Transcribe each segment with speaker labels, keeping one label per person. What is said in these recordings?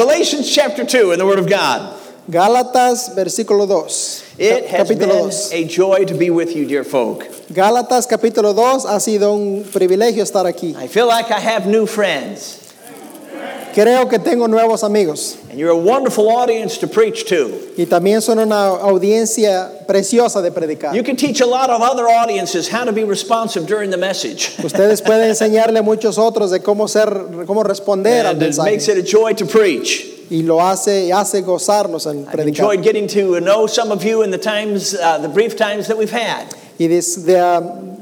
Speaker 1: Galatians chapter 2 in the Word of God.
Speaker 2: Gálatas, versículo 2.
Speaker 1: It
Speaker 2: Ca-
Speaker 1: has
Speaker 2: capítulo
Speaker 1: been a
Speaker 2: 2.
Speaker 1: joy to be with you, dear folk.
Speaker 2: Gálatas, capítulo 2. Ha sido un privilegio estar aquí.
Speaker 1: I feel like I have new friends,
Speaker 2: Creo que tengo nuevos amigos.
Speaker 1: and you're a wonderful audience to preach to.
Speaker 2: Y también son una audiencia preciosa de predicar.
Speaker 1: You can teach a lot of other audiences how to be responsive during the message.
Speaker 2: Ustedes pueden enseñarle a muchos otros de cómo ser, cómo responder al
Speaker 1: And it makes
Speaker 2: mensaje.
Speaker 1: it a joy to preach.
Speaker 2: Y lo hace, hace gozarnos en predicar.
Speaker 1: Enjoyed getting to know some of you in the times, uh, the brief times that we've had.
Speaker 2: Y desde, um,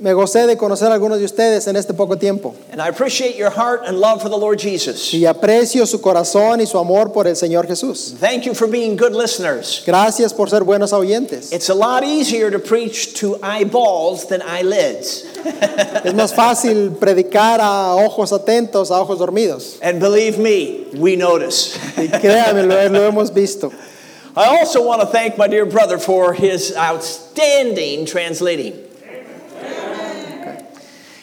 Speaker 2: me gocé de conocer a algunos de ustedes en este poco tiempo.
Speaker 1: And I appreciate your heart and love for the Lord Jesus.
Speaker 2: Y aprecio su corazón y su amor por el Señor Jesús.
Speaker 1: Thank you for being good listeners.
Speaker 2: Gracias por ser buenos oyentes.
Speaker 1: It's a lot easier to preach to eyeballs than eyelids.
Speaker 2: Es más fácil predicar a ojos atentos, a ojos dormidos.
Speaker 1: And believe me, we notice.
Speaker 2: Y créanme, lo, lo hemos visto.
Speaker 1: I also want to thank my dear brother for his outstanding translating.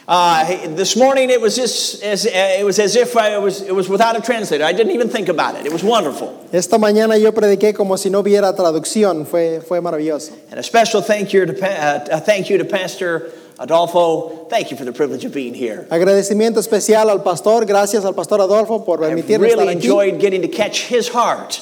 Speaker 1: Uh, he- this morning it was just as, uh, it was as if I was it was without a translator. I didn't even think about it. It was wonderful.
Speaker 2: Esta mañana yo prediqué como si no hubiera traducción, fue, fue maravilloso.
Speaker 1: And a special thank you to pa- uh, a thank you to Pastor Adolfo. Thank you for the privilege of being here.
Speaker 2: Agradecimiento especial al pastor, gracias al pastor Adolfo por
Speaker 1: I
Speaker 2: permitirme
Speaker 1: really
Speaker 2: estar aquí.
Speaker 1: enjoyed getting to catch his heart.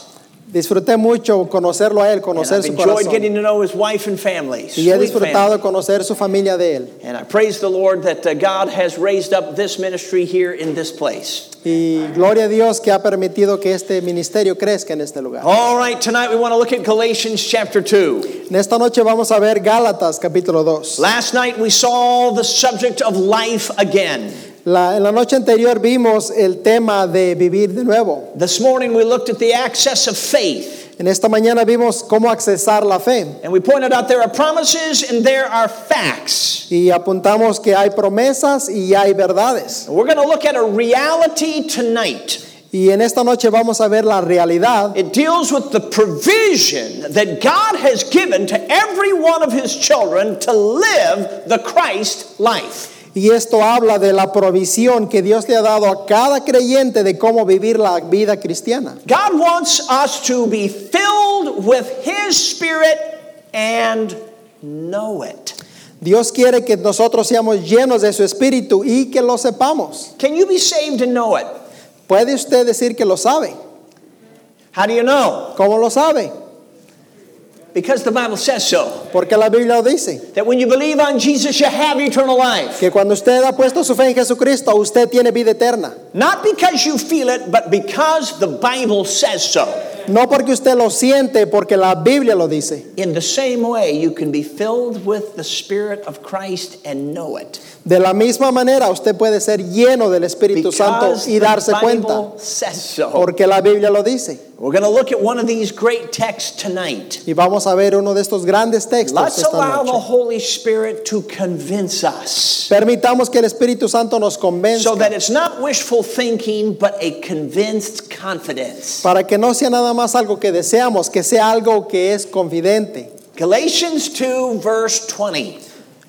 Speaker 2: Disfruté mucho conocerlo a él,
Speaker 1: And
Speaker 2: conocer
Speaker 1: I've
Speaker 2: su
Speaker 1: enjoyed
Speaker 2: corazón.
Speaker 1: getting to know his wife and family.
Speaker 2: Y he
Speaker 1: sweet family.
Speaker 2: disfrutado conocer su familia de él.
Speaker 1: And I praise the Lord that uh, God has raised up this ministry here in this place.
Speaker 2: Y gloria a Dios que ha permitido que este ministerio crezca en este lugar.
Speaker 1: All right, tonight we want to look at Galatians chapter 2.
Speaker 2: En esta noche vamos a ver Gálatas capítulo 2.
Speaker 1: Last night we saw the subject of life again.
Speaker 2: La- en la noche anterior vimos el tema de vivir de nuevo.
Speaker 1: This morning we looked at the access of faith,
Speaker 2: En esta mañana vimos cómo accesar la fe
Speaker 1: and we pointed out there are promises and there are facts.
Speaker 2: y apuntamos que hay promesas y hay verdades.
Speaker 1: We're going to look at a reality tonight.
Speaker 2: Y en esta noche vamos a ver la realidad
Speaker 1: It deals with the provision that God has given to every one of his children to live the Christ life.
Speaker 2: y esto habla de la provisión que Dios le ha dado a cada creyente de cómo vivir la vida cristiana.
Speaker 1: God wants us to be filled with his spirit and know it.
Speaker 2: Dios quiere que nosotros seamos llenos de su espíritu y que lo sepamos.
Speaker 1: Can you be saved and know it?
Speaker 2: ¿Puede usted decir que lo sabe?
Speaker 1: How do you know?
Speaker 2: ¿Cómo lo sabe?
Speaker 1: Because the Bible says so.
Speaker 2: Porque la Biblia lo dice.
Speaker 1: That when you believe on Jesus, you have eternal life.
Speaker 2: que cuando usted ha puesto su fe en Jesucristo, usted tiene vida eterna.
Speaker 1: Not because you feel it, but because the Bible says so.
Speaker 2: No porque usted lo siente, porque la Biblia lo dice.
Speaker 1: In the same way, you can be filled with the Spirit of Christ and know it.
Speaker 2: De la misma manera, usted puede ser lleno del Espíritu Santo
Speaker 1: Because
Speaker 2: y darse
Speaker 1: the Bible
Speaker 2: cuenta,
Speaker 1: says so.
Speaker 2: porque la Biblia lo dice.
Speaker 1: We're going to look at one of these great texts tonight.
Speaker 2: Y vamos a ver uno de estos grandes textos
Speaker 1: Let's
Speaker 2: esta
Speaker 1: allow the
Speaker 2: noche.
Speaker 1: Holy Spirit to convince us
Speaker 2: Permitamos que el Espíritu Santo nos convenza
Speaker 1: so that it's not wishful thinking, but a convinced confidence.
Speaker 2: para que no sea nada más algo que deseamos, que sea algo que es confidente.
Speaker 1: Galatians 2, verse 20.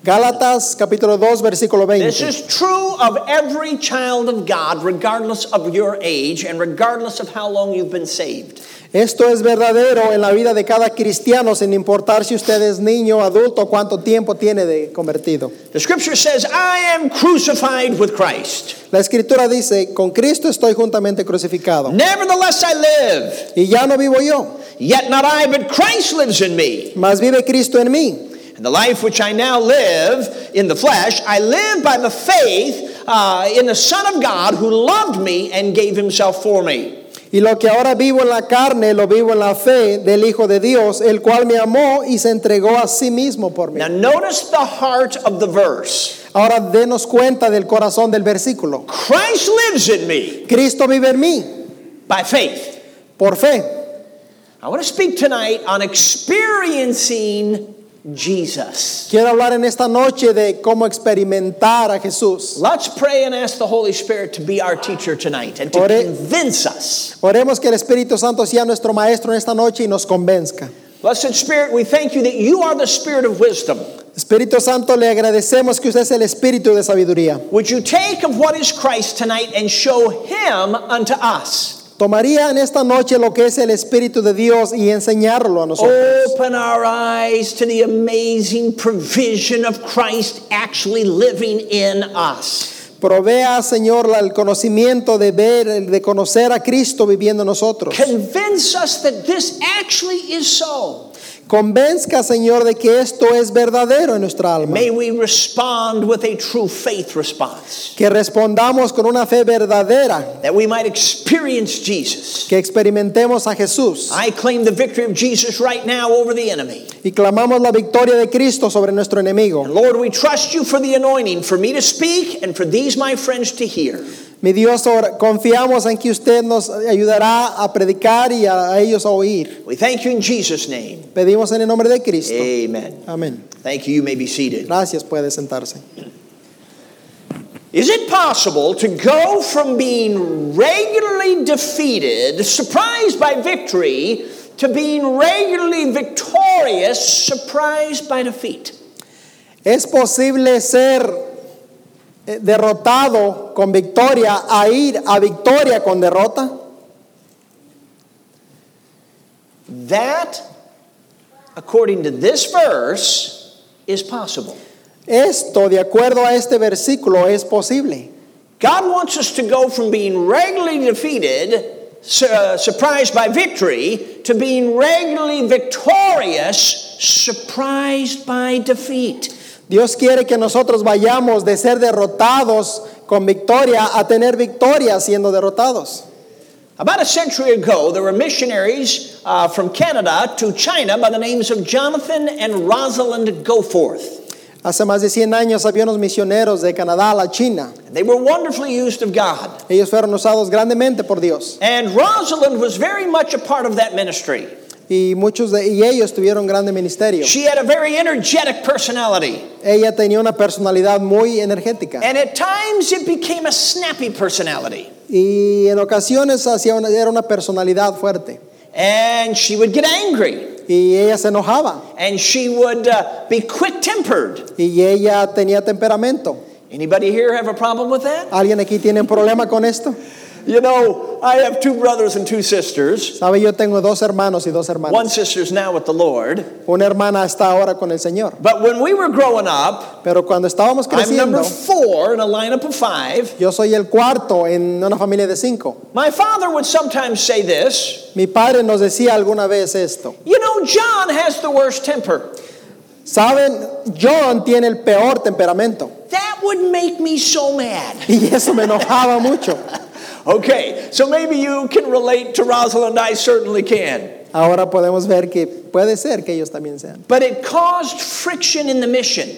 Speaker 2: Gálatas capítulo 2 versículo
Speaker 1: This
Speaker 2: 20.
Speaker 1: is true of every child of God, regardless of your age and regardless of how long you've been saved.
Speaker 2: Esto es verdadero en la vida de cada cristiano, sin importar si usted es niño, adulto, cuánto tiempo tiene de convertido.
Speaker 1: The scripture says, I am crucified with Christ.
Speaker 2: La escritura dice, con Cristo estoy juntamente crucificado.
Speaker 1: Nevertheless, I live.
Speaker 2: Y ya no vivo yo,
Speaker 1: Yet not I, but Christ lives in me.
Speaker 2: mas vive Cristo en mí.
Speaker 1: And the life which I now live in the flesh, I live by the faith uh, in the Son of God who loved me and gave himself for me.
Speaker 2: Y lo que ahora vivo en la carne, lo vivo en la fe del Hijo de Dios, el cual me amó y se entregó a sí mismo por mí.
Speaker 1: Now, notice the heart of the verse
Speaker 2: Ahora denos cuenta del corazón del versículo.
Speaker 1: Christ lives in me
Speaker 2: Cristo vive en mí,
Speaker 1: by faith.
Speaker 2: por fe.
Speaker 1: I want to speak tonight on experiencing Jesus.
Speaker 2: Quiero hablar en esta noche de cómo experimentar a Jesús.
Speaker 1: Let's pray and ask the Holy Spirit to be our teacher tonight and to
Speaker 2: Ore-
Speaker 1: convince us.
Speaker 2: Oremos que el Espíritu Santo sea nuestro maestro en esta noche y nos convenzca.
Speaker 1: Blessed Spirit, we thank you that you are the Spirit of wisdom.
Speaker 2: Espíritu Santo, le agradecemos que usted es el Espíritu de sabiduría.
Speaker 1: Would you take of what is Christ tonight and show him unto us?
Speaker 2: Tomaría en esta noche lo que es el Espíritu de Dios y enseñarlo a nosotros.
Speaker 1: Open our eyes to the amazing provision of Christ actually living in us.
Speaker 2: Provea, Señor, la- el conocimiento de ver, el de conocer a Cristo viviendo en nosotros.
Speaker 1: Convince us that this actually is so.
Speaker 2: Convenzca, Señor, de que esto es verdadero en nuestra alma.
Speaker 1: May we respond with a true faith response,
Speaker 2: Que respondamos con una fe verdadera,
Speaker 1: that we might experience Jesus.
Speaker 2: que experimentemos a Jesús
Speaker 1: I claim the victory of Jesus right now over the enemy.
Speaker 2: y clamamos la victoria de Cristo sobre nuestro enemigo.
Speaker 1: Lord, we trust you for the anointing, for me to speak and for these my friends to hear.
Speaker 2: Mi Dios, or- confiamos en que usted nos ayudará a predicar y a, a ellos a oír.
Speaker 1: We thank you in Jesus' name.
Speaker 2: Pedimos en el nombre de Cristo.
Speaker 1: Eh. Amen.
Speaker 2: Amén.
Speaker 1: Thank you. You may be seated.
Speaker 2: Gracias, puede sentarse.
Speaker 1: Is it possible to go from being regularly defeated, surprised by victory, to being regularly victorious, surprised by defeat?
Speaker 2: ¿Es posible ser eh, derrotado con victoria a ir a victoria con derrota?
Speaker 1: That, according to this verse, is possible.
Speaker 2: Esto, de acuerdo a este versículo, es posible.
Speaker 1: God wants us to go from being regularly defeated, su- uh, surprised by victory, to being regularly victorious, surprised by defeat.
Speaker 2: Dios quiere que nosotros vayamos de ser derrotados con victoria a tener victoria siendo derrotados.
Speaker 1: About a century ago, there were missionaries uh, from Canada to China by the names of Jonathan and Rosalind Goforth.
Speaker 2: Hace más de 100 años había unos misioneros de Canadá a la China.
Speaker 1: They were wonderfully used of God.
Speaker 2: Ellos fueron usados grandemente por Dios
Speaker 1: And Rosalind was very much a part of that ministry.
Speaker 2: y muchos de y ellos tuvieron grande ministerio.
Speaker 1: She had a very energetic personality,
Speaker 2: Ella tenía una personalidad muy energética.
Speaker 1: and at times it became a snappy personality.
Speaker 2: Y en ocasiones hacía una- era una personalidad fuerte.
Speaker 1: And she would get angry,
Speaker 2: Y ella se enojaba.
Speaker 1: and she would uh, be quick tempered.
Speaker 2: Y ella tenía temperamento.
Speaker 1: Anybody here have a problem with that?
Speaker 2: ¿Alguien aquí tiene un problema con esto?
Speaker 1: You know, I have two brothers and two sisters.
Speaker 2: Sabe, yo tengo dos hermanos y dos
Speaker 1: One
Speaker 2: hermanas.
Speaker 1: sister's now with the Lord.
Speaker 2: Una hermana está ahora con el Señor.
Speaker 1: But when we were growing up,
Speaker 2: Pero cuando estábamos
Speaker 1: I'm number
Speaker 2: creciendo,
Speaker 1: four in a lineup of five.
Speaker 2: yo soy el cuarto en una familia de cinco.
Speaker 1: My father would sometimes say this
Speaker 2: Mi padre nos decía alguna vez esto.
Speaker 1: You know, John has the worst temper.
Speaker 2: Saben, John tiene el peor temperamento.
Speaker 1: That would make me so mad.
Speaker 2: Y eso me enojaba mucho.
Speaker 1: Okay, so maybe you can relate to Rosalind. I certainly can.
Speaker 2: Ahora podemos ver que puede ser que ellos también sean.
Speaker 1: But it caused friction in the mission.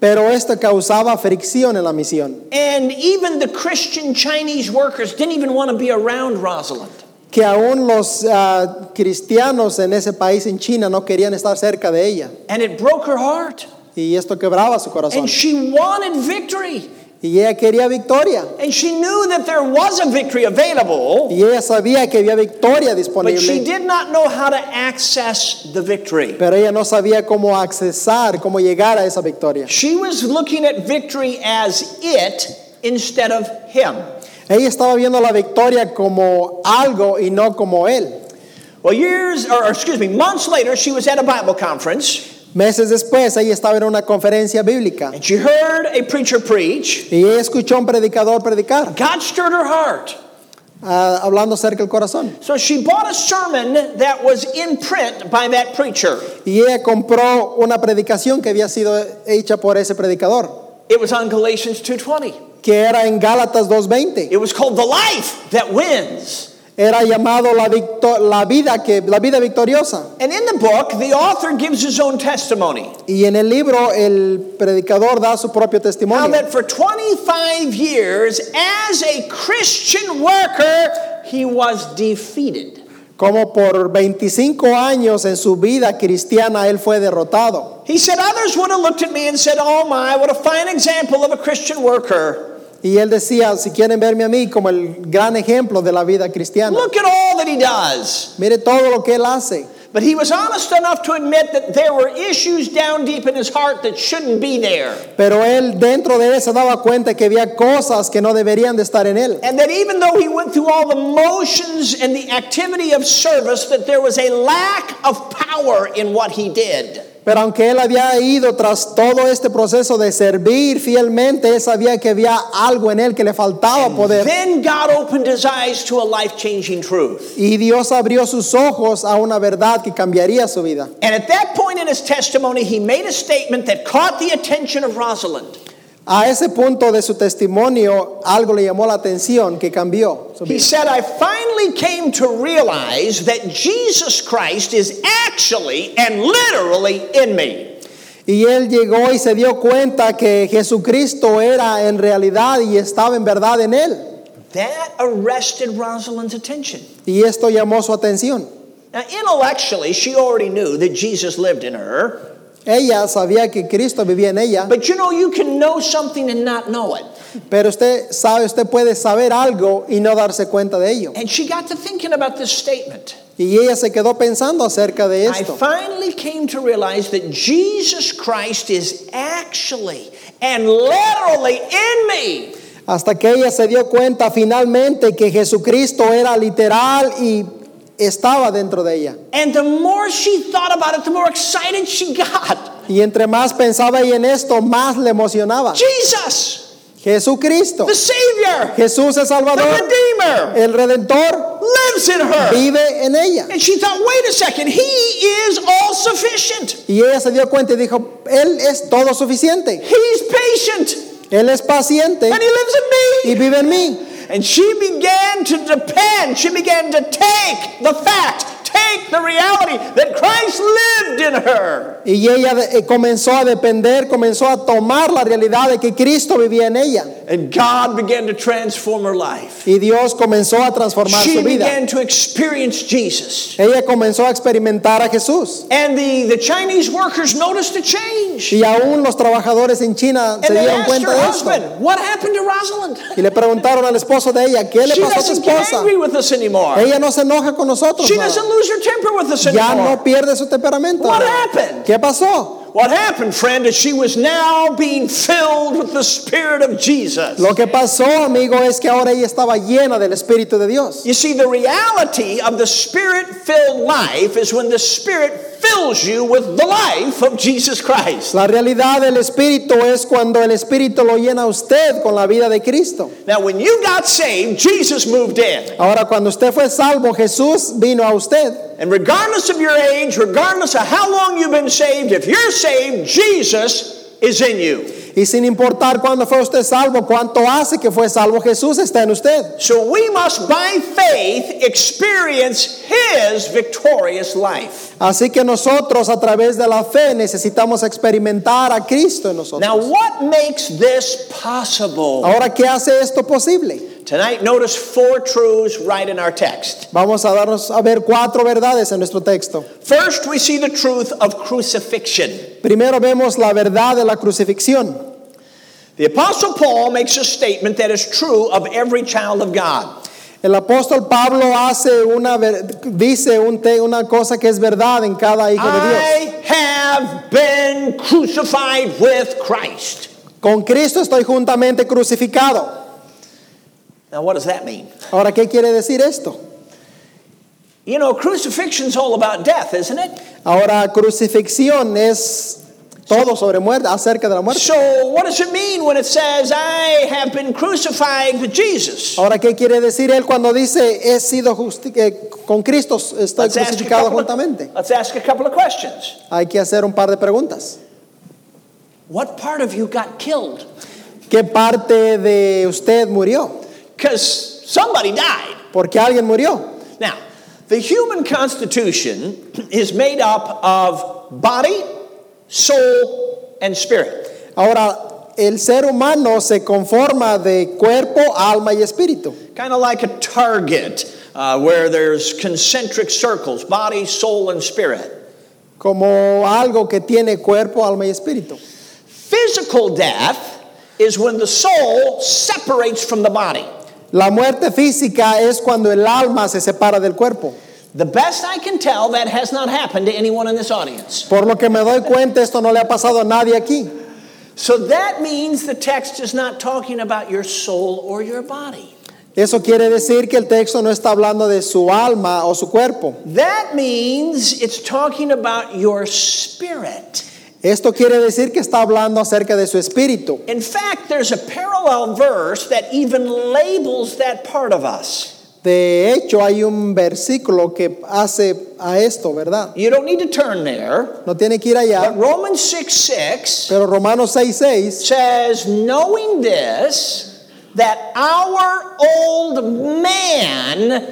Speaker 2: Pero esto causaba fricción en la misión,
Speaker 1: And even the Christian Chinese workers didn't even want to be around Rosalind.
Speaker 2: que aún los ah, cristianos en ese país, en China, no querían estar cerca de ella.
Speaker 1: And it broke her heart.
Speaker 2: Y esto quebraba su corazón.
Speaker 1: And she wanted victory.
Speaker 2: Y ella quería victoria.
Speaker 1: And she knew that there was a victory available.
Speaker 2: Y ella sabía que había victoria
Speaker 1: But she
Speaker 2: disponible.
Speaker 1: did not know how to access the victory.
Speaker 2: Pero ella no sabía cómo accesar, cómo llegar a esa victoria.
Speaker 1: She was looking at victory as it instead of him.
Speaker 2: Ella estaba viendo la victoria como algo y no como él.
Speaker 1: Well, years, or, or excuse me, months later, she was at a Bible conference
Speaker 2: Meses después, ella estaba en una conferencia bíblica.
Speaker 1: and she heard a preacher preach.
Speaker 2: Y ella escuchó a un predicador predicar,
Speaker 1: God stirred her heart.
Speaker 2: ah, hablando cerca del corazón.
Speaker 1: So she bought a sermon that was in print by that preacher.
Speaker 2: Y ella compró una predicación que había sido hecha por ese predicador,
Speaker 1: It was on Galatians 2:20.
Speaker 2: que era en Gálatas 2:20.
Speaker 1: It was called The Life That Wins.
Speaker 2: Era llamado la, victo- la vida que la vida victoriosa.
Speaker 1: And in the book, the author gives his own testimony.
Speaker 2: Y en el libro el predicador da su propio
Speaker 1: How
Speaker 2: testimonio
Speaker 1: that for 25 years, as a Christian worker, he was defeated.
Speaker 2: como por 25 años en su vida cristiana él fue derrotado.
Speaker 1: He said, Others would have looked at me and said, Oh my, what a fine example of a Christian worker.
Speaker 2: Y él decía, si quieren verme a mí como el gran ejemplo de la vida cristiana,
Speaker 1: Look at all that he does.
Speaker 2: mire todo lo que él hace.
Speaker 1: But he was honest enough to admit that there were issues down deep in his heart that shouldn't be there.
Speaker 2: Pero él dentro de él se daba cuenta que había cosas que no deberían de estar en él.
Speaker 1: And that even though he went through all the motions and the activity of service, that there was a lack of power in what he did.
Speaker 2: Pero aunque él había ido tras todo este proceso de servir fielmente, él sabía que había algo en él que le faltaba poder.
Speaker 1: Then God opened his eyes to a life changing truth.
Speaker 2: Y Dios abrió sus ojos a una verdad que cambiaría su vida.
Speaker 1: And at that point in his testimony, he made a statement that caught the attention of Rosalind.
Speaker 2: A ese punto de su testimonio, algo le llamó la atención que cambió. su
Speaker 1: He
Speaker 2: vida.
Speaker 1: said, I finally came to realize that Jesus Christ is actually and literally in me.
Speaker 2: Y él llegó y se dio cuenta que Jesucristo era en realidad y estaba en verdad en él.
Speaker 1: That arrested Rosalind's attention.
Speaker 2: Y esto llamó su atención.
Speaker 1: Now, intellectually, she already knew that Jesus lived in her,
Speaker 2: Ella sabía que Cristo vivía en ella,
Speaker 1: but you know, you can know something and not know it.
Speaker 2: pero usted sabe, usted puede saber algo y no darse cuenta de ello.
Speaker 1: And she got to thinking about this statement.
Speaker 2: Y ella se quedó pensando acerca de
Speaker 1: I
Speaker 2: esto.
Speaker 1: finally came to realize that Jesus Christ is actually and literally in me.
Speaker 2: Hasta que ella se dio cuenta finalmente que Jesucristo era literal y estaba dentro de ella.
Speaker 1: And the more she thought about it, the more excited she got.
Speaker 2: Y entre más pensaba ella en esto, más le emocionaba.
Speaker 1: Jesus,
Speaker 2: Jesucristo,
Speaker 1: the Savior,
Speaker 2: Jesús el
Speaker 1: the
Speaker 2: Salvador,
Speaker 1: Redeemer,
Speaker 2: el Redentor,
Speaker 1: lives in her.
Speaker 2: vive en ella.
Speaker 1: And she thought, wait a second, He is all sufficient.
Speaker 2: Y ella se dio cuenta y dijo, Él es todo suficiente,
Speaker 1: He's patient,
Speaker 2: Él es paciente
Speaker 1: and He lives in me.
Speaker 2: y vive en mí.
Speaker 1: And she began to depend, she began to take the fact, take the reality that Christ lived in her.
Speaker 2: Y ella de- eh, comenzó a depender, comenzó a tomar la realidad de que Cristo vivía en ella.
Speaker 1: And God began to transform her life.
Speaker 2: Y Dios comenzó a transformar
Speaker 1: She
Speaker 2: su vida.
Speaker 1: began to experience Jesus.
Speaker 2: Ella comenzó a experimentar a Jesús.
Speaker 1: And the, the Chinese workers noticed a change.
Speaker 2: Y aún los trabajadores en China se
Speaker 1: And they
Speaker 2: dieron
Speaker 1: asked
Speaker 2: cuenta
Speaker 1: her
Speaker 2: de esto.
Speaker 1: husband, What happened to Rosalind?
Speaker 2: Y le preguntaron al esposo de ella, ¿qué le
Speaker 1: She
Speaker 2: pasó a su
Speaker 1: doesn't get
Speaker 2: esposa?
Speaker 1: angry with us anymore.
Speaker 2: Ella no se enoja con nosotros.
Speaker 1: She
Speaker 2: ahora.
Speaker 1: doesn't lose her temper with us
Speaker 2: Ya no
Speaker 1: anymore.
Speaker 2: pierde su temperamento.
Speaker 1: What
Speaker 2: ahora.
Speaker 1: happened?
Speaker 2: ¿Qué pasó?
Speaker 1: What happened, friend, is she was now being filled with the Spirit of Jesus.
Speaker 2: Lo que pasó, amigo, es que ahora ella estaba llena del Espíritu de Dios.
Speaker 1: You see, the reality of the Spirit filled life is when the Spirit fills you with the life of Jesus Christ.
Speaker 2: La realidad del Espíritu es cuando el Espíritu lo llena a usted con la vida de Cristo.
Speaker 1: Now, when you got saved, Jesus moved in.
Speaker 2: Ahora, cuando usted fue salvo, Jesús vino a usted.
Speaker 1: And regardless of your age, regardless of how long you've been saved, if you're saved, Jesus is in you.
Speaker 2: Y sin importar cuándo fue usted salvo, cuánto hace que fue salvo, Jesús está en usted.
Speaker 1: So we must, by faith, experience His victorious life.
Speaker 2: Así que nosotros, a través de la fe, necesitamos experimentar a Cristo en nosotros.
Speaker 1: Now, what makes this possible?
Speaker 2: Ahora, ¿qué hace esto posible?
Speaker 1: Tonight, notice four truths right in our text.
Speaker 2: Vamos a darnos a ver cuatro verdades en nuestro texto.
Speaker 1: First, we see the truth of crucifixion.
Speaker 2: Primero vemos la verdad de la crucifixión.
Speaker 1: The Apostle Paul makes a statement that is true of every child of God.
Speaker 2: El apóstol Pablo hace una ver- dice un te- una cosa que es verdad en cada hijo de Dios.
Speaker 1: I have been crucified with Christ.
Speaker 2: Con Cristo estoy juntamente crucificado.
Speaker 1: Now, what does that mean?
Speaker 2: Ahora, ¿qué quiere decir esto?
Speaker 1: You know, crucifixion's all about death, isn't it?
Speaker 2: Ahora, crucifixión es todo sobre muerte, acerca de la muerte.
Speaker 1: So, what does it mean when it says, I have been crucified with Jesus?
Speaker 2: Ahora, ¿qué quiere decir él cuando dice, he sido justi- eh, con Cristo estoy
Speaker 1: Let's ask, a
Speaker 2: crucificado
Speaker 1: couple
Speaker 2: juntamente?
Speaker 1: of, let's ask a couple of questions.
Speaker 2: Hay que hacer un par de preguntas.
Speaker 1: What part of you got killed?
Speaker 2: ¿Qué parte de usted murió?
Speaker 1: Because somebody died.
Speaker 2: Porque alguien murió.
Speaker 1: Now, the human constitution is made up of body, soul, and spirit.
Speaker 2: Ahora, el ser humano se conforma de cuerpo, alma y espíritu.
Speaker 1: Kind of like a target uh, where there's concentric circles body, soul, and spirit.
Speaker 2: Como algo que tiene cuerpo, alma y espíritu.
Speaker 1: Physical death is when the soul separates from the body.
Speaker 2: La muerte física es cuando el alma se separa del cuerpo.
Speaker 1: The best I can tell, that has not happened to anyone in this audience.
Speaker 2: Por lo que me doy cuenta, esto no le ha pasado a nadie aquí.
Speaker 1: So that means the text is not talking about your soul or your body.
Speaker 2: Eso quiere decir que el texto no está hablando de su alma o su cuerpo.
Speaker 1: That means it's talking about your spirit.
Speaker 2: Esto quiere decir que está hablando acerca de su espíritu.
Speaker 1: In fact, there's a parallel verse that even labels that part of us.
Speaker 2: De hecho, hay un versículo que hace a esto, ¿verdad?
Speaker 1: You don't need to turn there,
Speaker 2: No tiene que ir
Speaker 1: but
Speaker 2: allá.
Speaker 1: Uh, Romans 6 6
Speaker 2: Pero Romanos 6:6
Speaker 1: says, knowing this, that our old man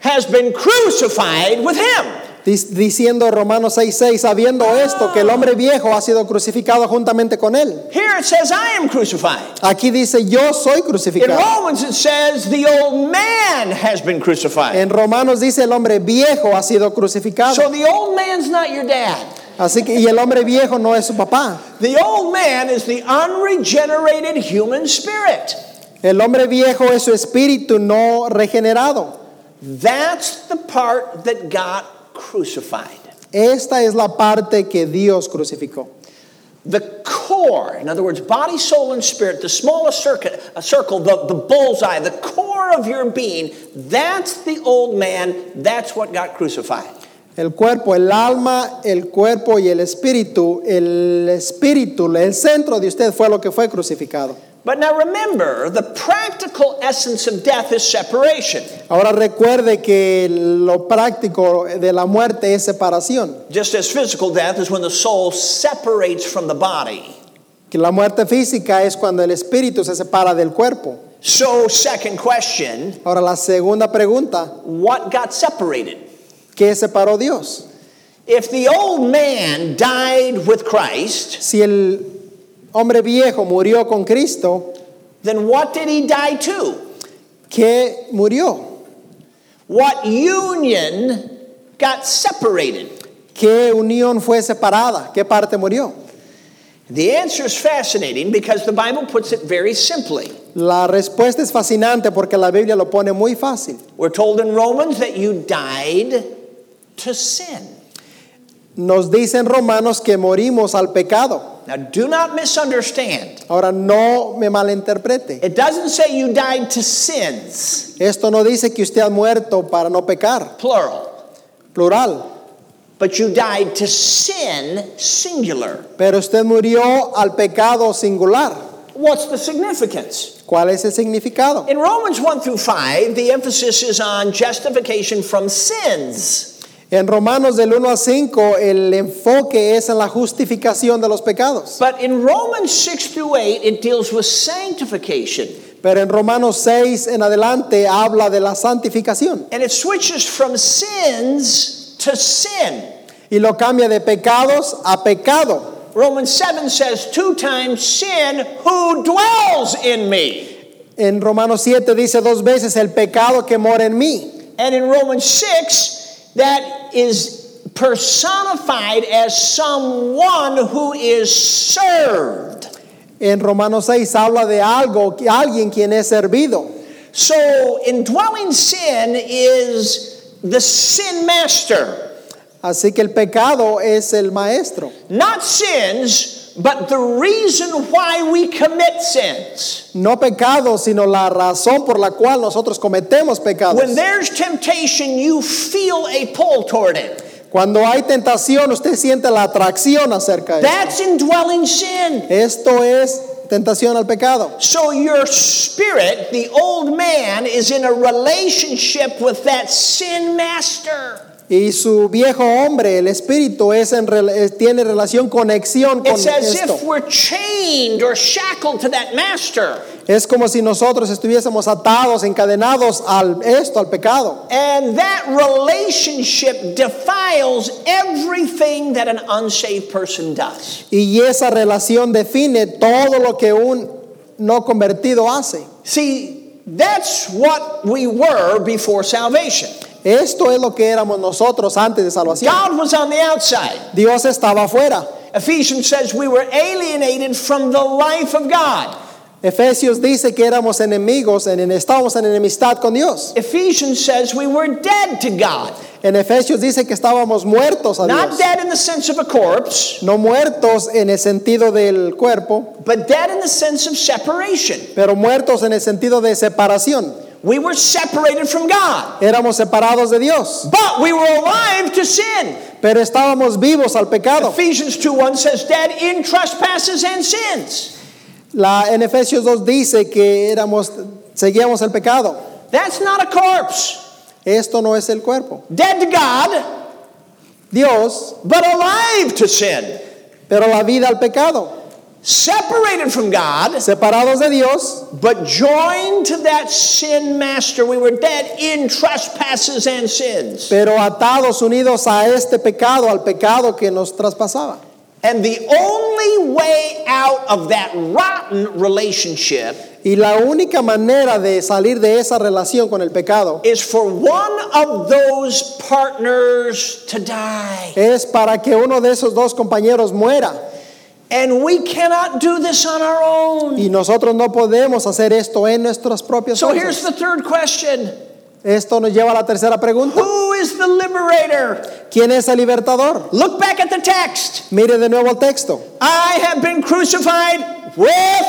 Speaker 1: has been crucified with him.
Speaker 2: dis- diciendo Romanos 6:6, sabiendo esto que el hombre viejo ha sido crucificado juntamente con él.
Speaker 1: Here it says, I am crucified.
Speaker 2: Aquí dice, "Yo soy
Speaker 1: In
Speaker 2: crucificado."
Speaker 1: Romans it says, the old man has been crucified.
Speaker 2: En Romanos dice, "El hombre viejo ha sido
Speaker 1: So
Speaker 2: crucificado."
Speaker 1: the old man's not your dad.
Speaker 2: Así que y el hombre viejo no es su papá.
Speaker 1: The old man is the unregenerated human spirit.
Speaker 2: El hombre viejo es su espíritu no regenerado.
Speaker 1: That's the part that got crucified.
Speaker 2: Esta es la parte que Dios crucificó.
Speaker 1: The core, in other words, body, soul, and spirit, the smallest circuit, a circle, the, the bullseye, the core of your being, that's the old man, that's what got crucified.
Speaker 2: El cuerpo, el alma, el cuerpo y el espíritu, el espíritu, el centro de usted fue lo que fue crucificado.
Speaker 1: But now remember, the practical essence of death is separation.
Speaker 2: Ahora recuerde que lo práctico de la muerte es separación.
Speaker 1: Just as physical death is when the soul separates from the body.
Speaker 2: Que la muerte física es cuando el espíritu se separa del cuerpo.
Speaker 1: So, second question
Speaker 2: Ahora la segunda pregunta,
Speaker 1: what got separated?
Speaker 2: ¿qué separó Dios?
Speaker 1: If the old man died with Christ,
Speaker 2: Si el hombre viejo murió con Cristo,
Speaker 1: then what did he die to?
Speaker 2: ¿qué murió?
Speaker 1: What union got separated?
Speaker 2: ¿Qué unión fue separada? ¿Qué parte murió?
Speaker 1: The answer is fascinating because the Bible puts it very simply.
Speaker 2: La respuesta es fascinante porque la Biblia lo pone muy fácil.
Speaker 1: We're told in Romans that you died to sin.
Speaker 2: Nos dicen romanos que morimos al pecado.
Speaker 1: Now, do not misunderstand.
Speaker 2: Ahora no me malinterprete.
Speaker 1: It doesn't say you died to sins,
Speaker 2: Esto no dice que usted ha muerto para no pecar,
Speaker 1: plural,
Speaker 2: plural.
Speaker 1: but you died to sin, singular.
Speaker 2: Pero usted murió al pecado singular.
Speaker 1: What's the significance?
Speaker 2: ¿Cuál es el significado?
Speaker 1: In Romans 1 through 5, the emphasis is on justification from sins.
Speaker 2: En Romanos del 1 al 5 el enfoque es en la justificación de los pecados.
Speaker 1: But in Romans 6 through 8, it deals with sanctification.
Speaker 2: Pero en Romanos 6 en adelante habla de la santificación
Speaker 1: And it switches from sins to sin.
Speaker 2: y lo cambia de pecados a pecado.
Speaker 1: Romans 7 says, Two times sin, who dwells in me?
Speaker 2: En Romanos 7 dice dos veces el pecado que mora en mí.
Speaker 1: And in Romans 6, that is personified as someone who is served.
Speaker 2: En Romanos 6 habla de algo, que- alguien quien es servido.
Speaker 1: So, indwelling sin is the sin master.
Speaker 2: Así que el pecado es el maestro.
Speaker 1: Not sins, but the reason why we commit sins.
Speaker 2: No pecado, sino la razón por la cual nosotros cometemos pecados.
Speaker 1: When there's temptation, you feel a pull toward it.
Speaker 2: Cuando hay tentación, usted siente la atracción acerca de eso.
Speaker 1: That's indwelling sin.
Speaker 2: Esto es tentación al pecado.
Speaker 1: So, your spirit, the old man, is in a relationship with that sin master.
Speaker 2: Y su viejo hombre, el espíritu, es en rel- es- tiene relación, conexión con
Speaker 1: It's as
Speaker 2: esto.
Speaker 1: if we're chained or shackled to that master.
Speaker 2: Es como si nosotros estuviésemos atados, encadenados al esto, al pecado.
Speaker 1: And that relationship defiles everything that an unsaved person does.
Speaker 2: Y esa relación define todo lo que un no convertido hace.
Speaker 1: See, that's what we were before salvation.
Speaker 2: Esto es lo que éramos nosotros antes de salvación.
Speaker 1: God was on the outside.
Speaker 2: Dios estaba afuera.
Speaker 1: Ephesians says we were alienated from the life of God.
Speaker 2: Efesios dice que éramos enemigos, en, en- estábamos en enemistad con Dios.
Speaker 1: Ephesians says we were dead to God.
Speaker 2: En Efesios dice que estábamos muertos a
Speaker 1: Not
Speaker 2: Dios.
Speaker 1: dead in the sense of a corpse,
Speaker 2: No muertos en el sentido del cuerpo,
Speaker 1: but dead in the sense of separation.
Speaker 2: pero muertos en el sentido de separación.
Speaker 1: We were separated from God,
Speaker 2: Éramos separados de Dios,
Speaker 1: but we were alive to sin.
Speaker 2: pero estábamos vivos al pecado.
Speaker 1: Ephesians 2 1 says, dead in trespasses and sins.
Speaker 2: La, en Efesios 2 dice que éramos, seguíamos el pecado.
Speaker 1: That's not a corpse.
Speaker 2: Esto no es el cuerpo.
Speaker 1: Dead to God,
Speaker 2: Dios,
Speaker 1: but alive to sin.
Speaker 2: pero la vida al pecado.
Speaker 1: Separated from God,
Speaker 2: Separados de Dios,
Speaker 1: but joined to that sin master. We were dead in trespasses and sins.
Speaker 2: pero atados, unidos a este pecado, al pecado que nos traspasaba.
Speaker 1: And the only way out of that rotten relationship
Speaker 2: Y la única manera de salir de esa relación con el pecado
Speaker 1: is for one of those partners to die.
Speaker 2: es para que uno de esos dos compañeros muera.
Speaker 1: And we cannot do this on our own.
Speaker 2: Y nosotros no podemos hacer esto en nuestras propias
Speaker 1: So
Speaker 2: fuerzas.
Speaker 1: here's the third question
Speaker 2: Esto nos lleva a la tercera pregunta.
Speaker 1: Who is the liberator?
Speaker 2: ¿Quién es el libertador?
Speaker 1: Look back at the text.
Speaker 2: Mire de nuevo el texto.
Speaker 1: I have been crucified with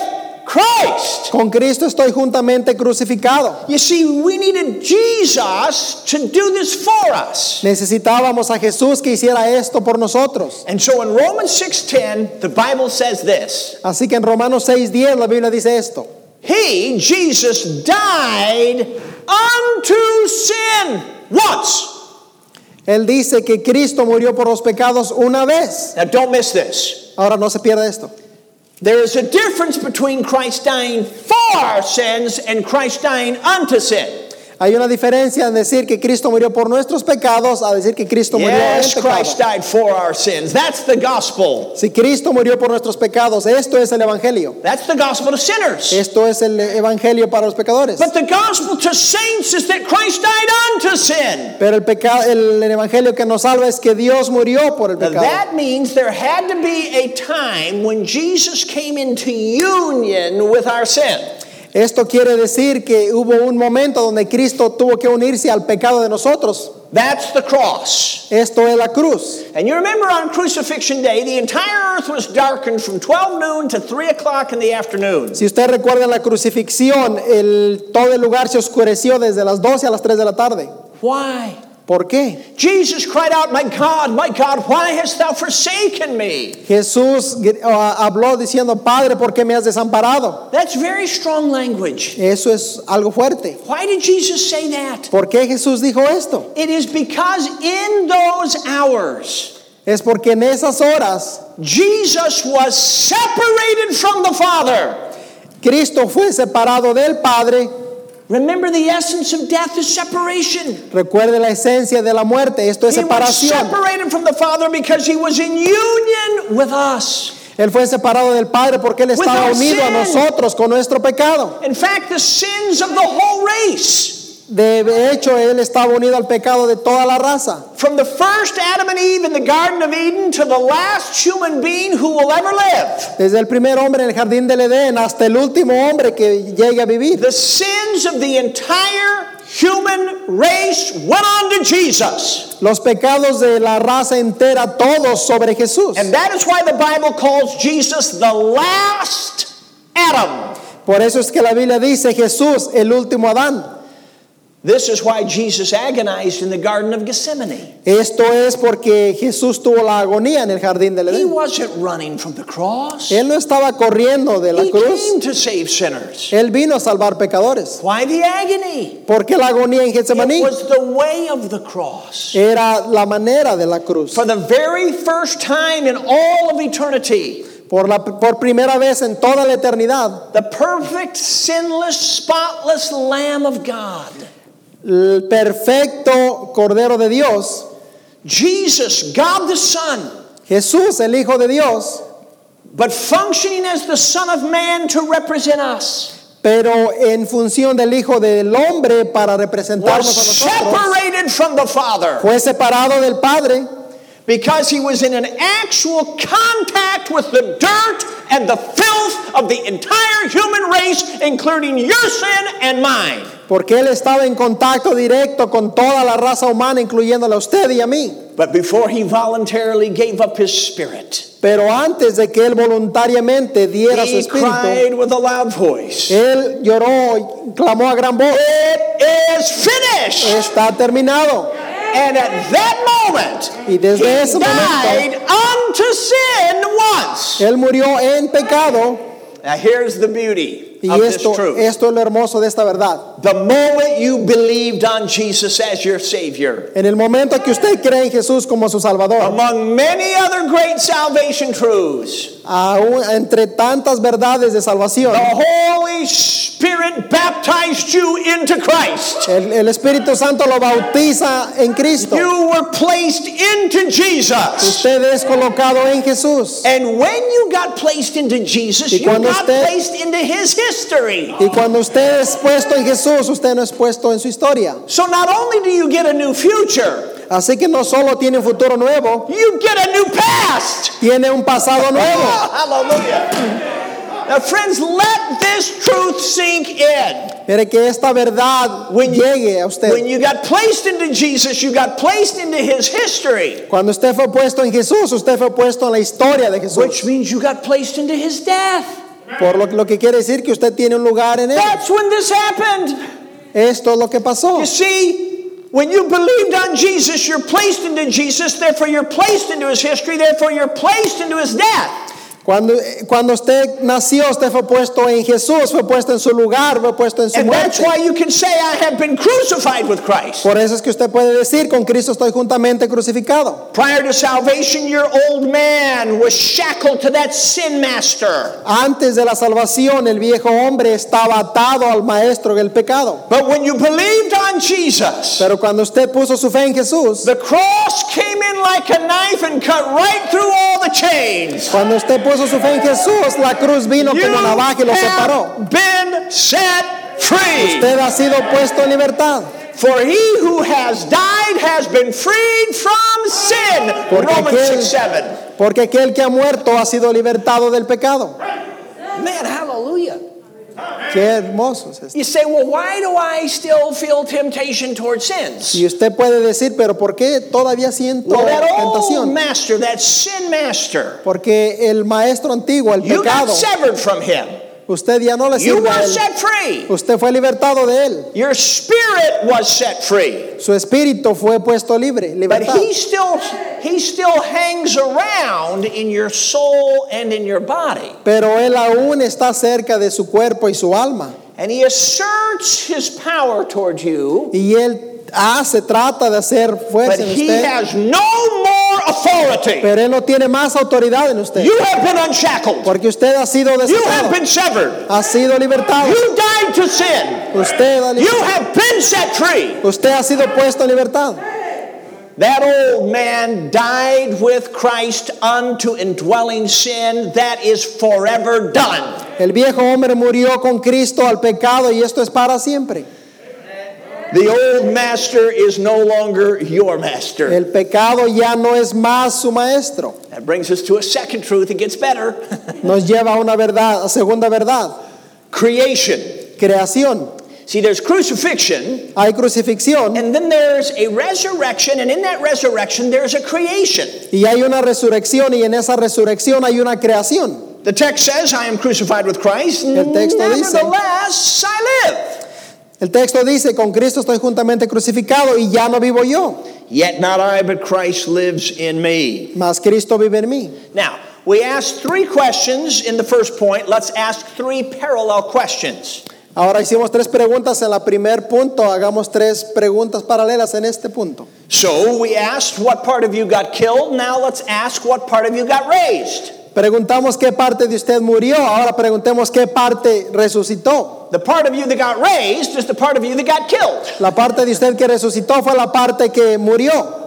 Speaker 1: Christ.
Speaker 2: Con Cristo estoy juntamente crucificado.
Speaker 1: You see, we needed Jesus to do this for us.
Speaker 2: Necesitábamos a Jesús que hiciera esto por nosotros.
Speaker 1: And so in Romans 6:10, the Bible says this.
Speaker 2: Así que en Romanos 6:10 la Biblia dice esto.
Speaker 1: He, Jesus, died unto sin once.
Speaker 2: Él dice que Cristo murió por los pecados una vez.
Speaker 1: Now, don't miss this.
Speaker 2: Ahora no se pierda esto.
Speaker 1: There is a difference between Christ dying for our sins and Christ dying unto sin.
Speaker 2: Hay una diferencia en decir que Cristo murió por nuestros pecados a decir que Cristo murió en
Speaker 1: Yes,
Speaker 2: pecado.
Speaker 1: Christ died for our sins. That's the gospel.
Speaker 2: Si Cristo murió por nuestros pecados, esto es el evangelio.
Speaker 1: That's the gospel to sinners.
Speaker 2: Esto es el evangelio para los pecadores.
Speaker 1: But the gospel to saints is that Christ died unto sin.
Speaker 2: Pero el pecado, el, el evangelio que nos salva es que Dios murió por el
Speaker 1: Now,
Speaker 2: pecado.
Speaker 1: that means there had to be a time when Jesus came into union with our sin.
Speaker 2: Esto quiere decir que hubo un momento donde Cristo tuvo que unirse al pecado de nosotros.
Speaker 1: That's the cross.
Speaker 2: Esto es la cruz.
Speaker 1: And you remember on crucifixion day, the entire earth was darkened from 12 noon to 3 o'clock in the afternoon.
Speaker 2: Si usted recuerda la crucifixión, el, todo el lugar se oscureció desde las 12 a las 3 de la tarde.
Speaker 1: Why?
Speaker 2: ¿Por qué?
Speaker 1: Jesus cried out, My God, my God, why hast thou forsaken me?
Speaker 2: Jesús gr- ah, habló diciendo, Padre, ¿por qué me has desamparado?
Speaker 1: That's very strong language.
Speaker 2: Eso es algo fuerte.
Speaker 1: Why did Jesus say that?
Speaker 2: ¿Por qué Jesús dijo esto?
Speaker 1: It is because in those hours,
Speaker 2: Es porque en esas horas
Speaker 1: Jesus was separated from the Father.
Speaker 2: Cristo fue separado del Padre.
Speaker 1: Remember, the essence of death is separation.
Speaker 2: Recuerde la esencia de la muerte. Esto es
Speaker 1: He was
Speaker 2: separación.
Speaker 1: separated from the Father because he was in union with us.
Speaker 2: Él fue separado del Padre porque Él estaba
Speaker 1: our
Speaker 2: unido a
Speaker 1: sin.
Speaker 2: nosotros con nuestro pecado.
Speaker 1: In fact, the sins of the whole race,
Speaker 2: De hecho, Él estaba unido al pecado de toda la raza.
Speaker 1: from the first Adam and Eve in the Garden of Eden to the last human being who will ever live,
Speaker 2: Desde el primer hombre en el jardín del Edén hasta el último hombre que llegue a vivir.
Speaker 1: the sins of the entire human race went on to Jesus.
Speaker 2: Los pecados de la raza entera, todos sobre Jesús.
Speaker 1: And that is why the Bible calls Jesus the last Adam.
Speaker 2: Por eso es que la Biblia dice Jesús, el último Adán.
Speaker 1: This is why Jesus agonized in the Garden of Gethsemane.
Speaker 2: Esto es porque Jesús tuvo la agonía en el jardín del
Speaker 1: He
Speaker 2: Edén.
Speaker 1: wasn't running from the cross.
Speaker 2: Él no estaba corriendo de la
Speaker 1: He
Speaker 2: cruz.
Speaker 1: came to save sinners.
Speaker 2: Él vino a salvar pecadores.
Speaker 1: Why the agony?
Speaker 2: ¿Por qué la agonía en Getsemaní?
Speaker 1: It was the way of the cross.
Speaker 2: Era la manera de la cruz.
Speaker 1: For the very first time in all of eternity,
Speaker 2: Por, la, por primera vez en toda la eternidad,
Speaker 1: the perfect, sinless, spotless Lamb of God,
Speaker 2: el perfecto Cordero de Dios,
Speaker 1: Jesus, God the Son,
Speaker 2: Jesús, el Hijo de Dios,
Speaker 1: but functioning as the Son of Man to represent us,
Speaker 2: pero en función del Hijo del Hombre para
Speaker 1: was
Speaker 2: representarnos a nosotros,
Speaker 1: separated from the Father.
Speaker 2: fue separado del Padre.
Speaker 1: because he was in an actual contact with the dirt and the filth of the entire human race, including your sin and mine.
Speaker 2: Porque él estaba en contacto directo con toda la raza humana, incluyéndola a usted y a mí.
Speaker 1: But before he voluntarily gave up his spirit,
Speaker 2: Pero antes de que él voluntariamente diera su
Speaker 1: he
Speaker 2: espíritu,
Speaker 1: cried with a loud voice,
Speaker 2: él lloró y clamó a gran voz,
Speaker 1: It is finished!
Speaker 2: está terminado.
Speaker 1: And at that moment,
Speaker 2: Y desde
Speaker 1: he
Speaker 2: ese
Speaker 1: died
Speaker 2: momento-
Speaker 1: unto sin once.
Speaker 2: Él murió en pecado
Speaker 1: Now here's the beauty
Speaker 2: y
Speaker 1: of this
Speaker 2: esto,
Speaker 1: truth.
Speaker 2: esto es lo hermoso de esta verdad.
Speaker 1: The moment you believed on Jesus as your Savior,
Speaker 2: En el momento que usted cree en Jesús como su Salvador,
Speaker 1: among many other great salvation truths,
Speaker 2: aún entre tantas verdades de salvación,
Speaker 1: the Holy Spirit baptized you into Christ.
Speaker 2: el, el Espíritu Santo lo bautiza en Cristo.
Speaker 1: You were placed into Jesus.
Speaker 2: Usted es colocado en Jesús.
Speaker 1: And when you got placed into Jesus,
Speaker 2: Y
Speaker 1: you
Speaker 2: cuando
Speaker 1: got
Speaker 2: usted-
Speaker 1: placed into His history.
Speaker 2: Y cuando usted es puesto en Jesús, usted no es puesto en su historia.
Speaker 1: So not only do you get a new future,
Speaker 2: Así que no solo tiene un futuro nuevo,
Speaker 1: you get a new past.
Speaker 2: tiene un pasado nuevo.
Speaker 1: Oh, hallelujah. Now, friends, let this truth sink in.
Speaker 2: Mire que esta verdad
Speaker 1: When you-
Speaker 2: llegue
Speaker 1: When
Speaker 2: a usted.
Speaker 1: you got placed into Jesus, you got placed into his history,
Speaker 2: Cuando usted fue puesto en Jesús, usted fue puesto en la historia de Jesús.
Speaker 1: which means you got placed into his death.
Speaker 2: Por lo, lo que quiere decir que usted tiene un lugar en él.
Speaker 1: That's when this happened.
Speaker 2: Esto es lo que pasó.
Speaker 1: You see, when you believed on Jesus, you're placed into Jesus, therefore you're placed into his history, therefore you're placed into his death.
Speaker 2: Cuando, eh, cuando usted nació, usted fue puesto en Jesús, fue puesto en su lugar, fue puesto en su
Speaker 1: And that's
Speaker 2: muerte.
Speaker 1: why you can say, I have been crucified with Christ.
Speaker 2: Por eso es que usted puede decir, con Cristo estoy juntamente crucificado.
Speaker 1: Prior to salvation, your old man was shackled to that sin master.
Speaker 2: Antes de la salvación, el viejo hombre estaba atado al maestro del pecado.
Speaker 1: But when you believed on Jesus,
Speaker 2: Pero cuando usted puso su fe en Jesús,
Speaker 1: the cross came in like a knife and cut right through all the chains.
Speaker 2: cuando usted puso su fe en Jesús, la cruz vino
Speaker 1: You
Speaker 2: como navaja y lo separó.
Speaker 1: have been set free.
Speaker 2: Usted ha sido puesto en libertad.
Speaker 1: For he who has died has been freed from sin.
Speaker 2: Porque
Speaker 1: Romans
Speaker 2: aquel-
Speaker 1: 6 7.
Speaker 2: Porque aquel que ha muerto ha sido libertado del pecado.
Speaker 1: Man, hallelujah.
Speaker 2: Qué hermoso es esto.
Speaker 1: You say, well, why do I still feel temptation toward sins?
Speaker 2: Y usted puede decir, pero ¿por qué todavía siento
Speaker 1: Well, that old
Speaker 2: tentación?
Speaker 1: master, that sin master,
Speaker 2: Porque el maestro antiguo, el
Speaker 1: you got
Speaker 2: pecado,
Speaker 1: severed from him.
Speaker 2: usted ya no le
Speaker 1: You
Speaker 2: sirve a
Speaker 1: were
Speaker 2: él.
Speaker 1: set free.
Speaker 2: Usted fue libertado de él.
Speaker 1: Your spirit was set free.
Speaker 2: Su espíritu fue puesto libre,
Speaker 1: But
Speaker 2: libertad.
Speaker 1: he still he still hangs around in your soul and in your body.
Speaker 2: Pero él aún está cerca de su cuerpo y su alma.
Speaker 1: And he asserts his power toward you,
Speaker 2: Y él hace, trata de hacer
Speaker 1: but
Speaker 2: fuerza en
Speaker 1: he
Speaker 2: usted.
Speaker 1: has no more authority.
Speaker 2: Pero él no tiene más autoridad en usted.
Speaker 1: You have been unshackled.
Speaker 2: Porque usted ha sido
Speaker 1: You
Speaker 2: desatado.
Speaker 1: have been severed.
Speaker 2: Ha sido libertado.
Speaker 1: You died to sin.
Speaker 2: Usted ha, li-
Speaker 1: You have been set free.
Speaker 2: usted ha sido puesto en libertad.
Speaker 1: That old man died with Christ unto indwelling sin. That is forever done.
Speaker 2: El viejo hombre murió con Cristo al pecado y esto es para siempre.
Speaker 1: The old master is no longer your master.
Speaker 2: El pecado ya no es más su maestro.
Speaker 1: That brings us to a second truth. It gets better.
Speaker 2: Nos lleva a una verdad, a segunda verdad,
Speaker 1: Creation.
Speaker 2: creación.
Speaker 1: See, there's crucifixion,
Speaker 2: Hay crucifixión
Speaker 1: and then there's a resurrection, and in that resurrection, there's a creation.
Speaker 2: y hay una resurrección y en esa resurrección hay una creación.
Speaker 1: The text says, I am crucified with Christ.
Speaker 2: El texto dice-
Speaker 1: Nevertheless, I
Speaker 2: El texto dice, con Cristo estoy juntamente crucificado y ya no vivo yo,
Speaker 1: live. Yet not I, but Christ lives in me.
Speaker 2: mas Cristo vive en mí.
Speaker 1: Now, we asked three questions in the first point. Let's ask three parallel questions.
Speaker 2: Ahora hicimos tres preguntas en la primer punto, hagamos tres preguntas paralelas en este punto.
Speaker 1: So we asked what part of you got killed. Now let's ask what part of you got raised.
Speaker 2: Preguntamos qué parte de usted murió, ahora preguntemos qué parte resucitó.
Speaker 1: The part of you that got raised is the part of you that got killed.
Speaker 2: La parte de usted que resucitó fue la parte que murió.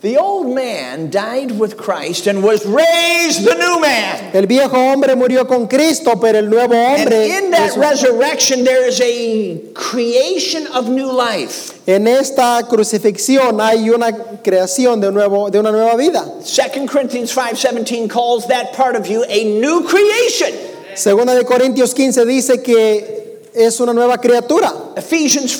Speaker 1: The old man died with Christ and was raised the new man.
Speaker 2: El viejo hombre murió con Cristo, pero el nuevo
Speaker 1: And
Speaker 2: hombre,
Speaker 1: in that
Speaker 2: resu-
Speaker 1: resurrection, there is a creation of new life.
Speaker 2: en esta crucifixión hay una creación de, un nuevo, de una nueva vida.
Speaker 1: 2 Corinthians 5:17 calls that part of you a new creation.
Speaker 2: Segunda de Corintios 15 dice que es una nueva criatura.
Speaker 1: Ephesians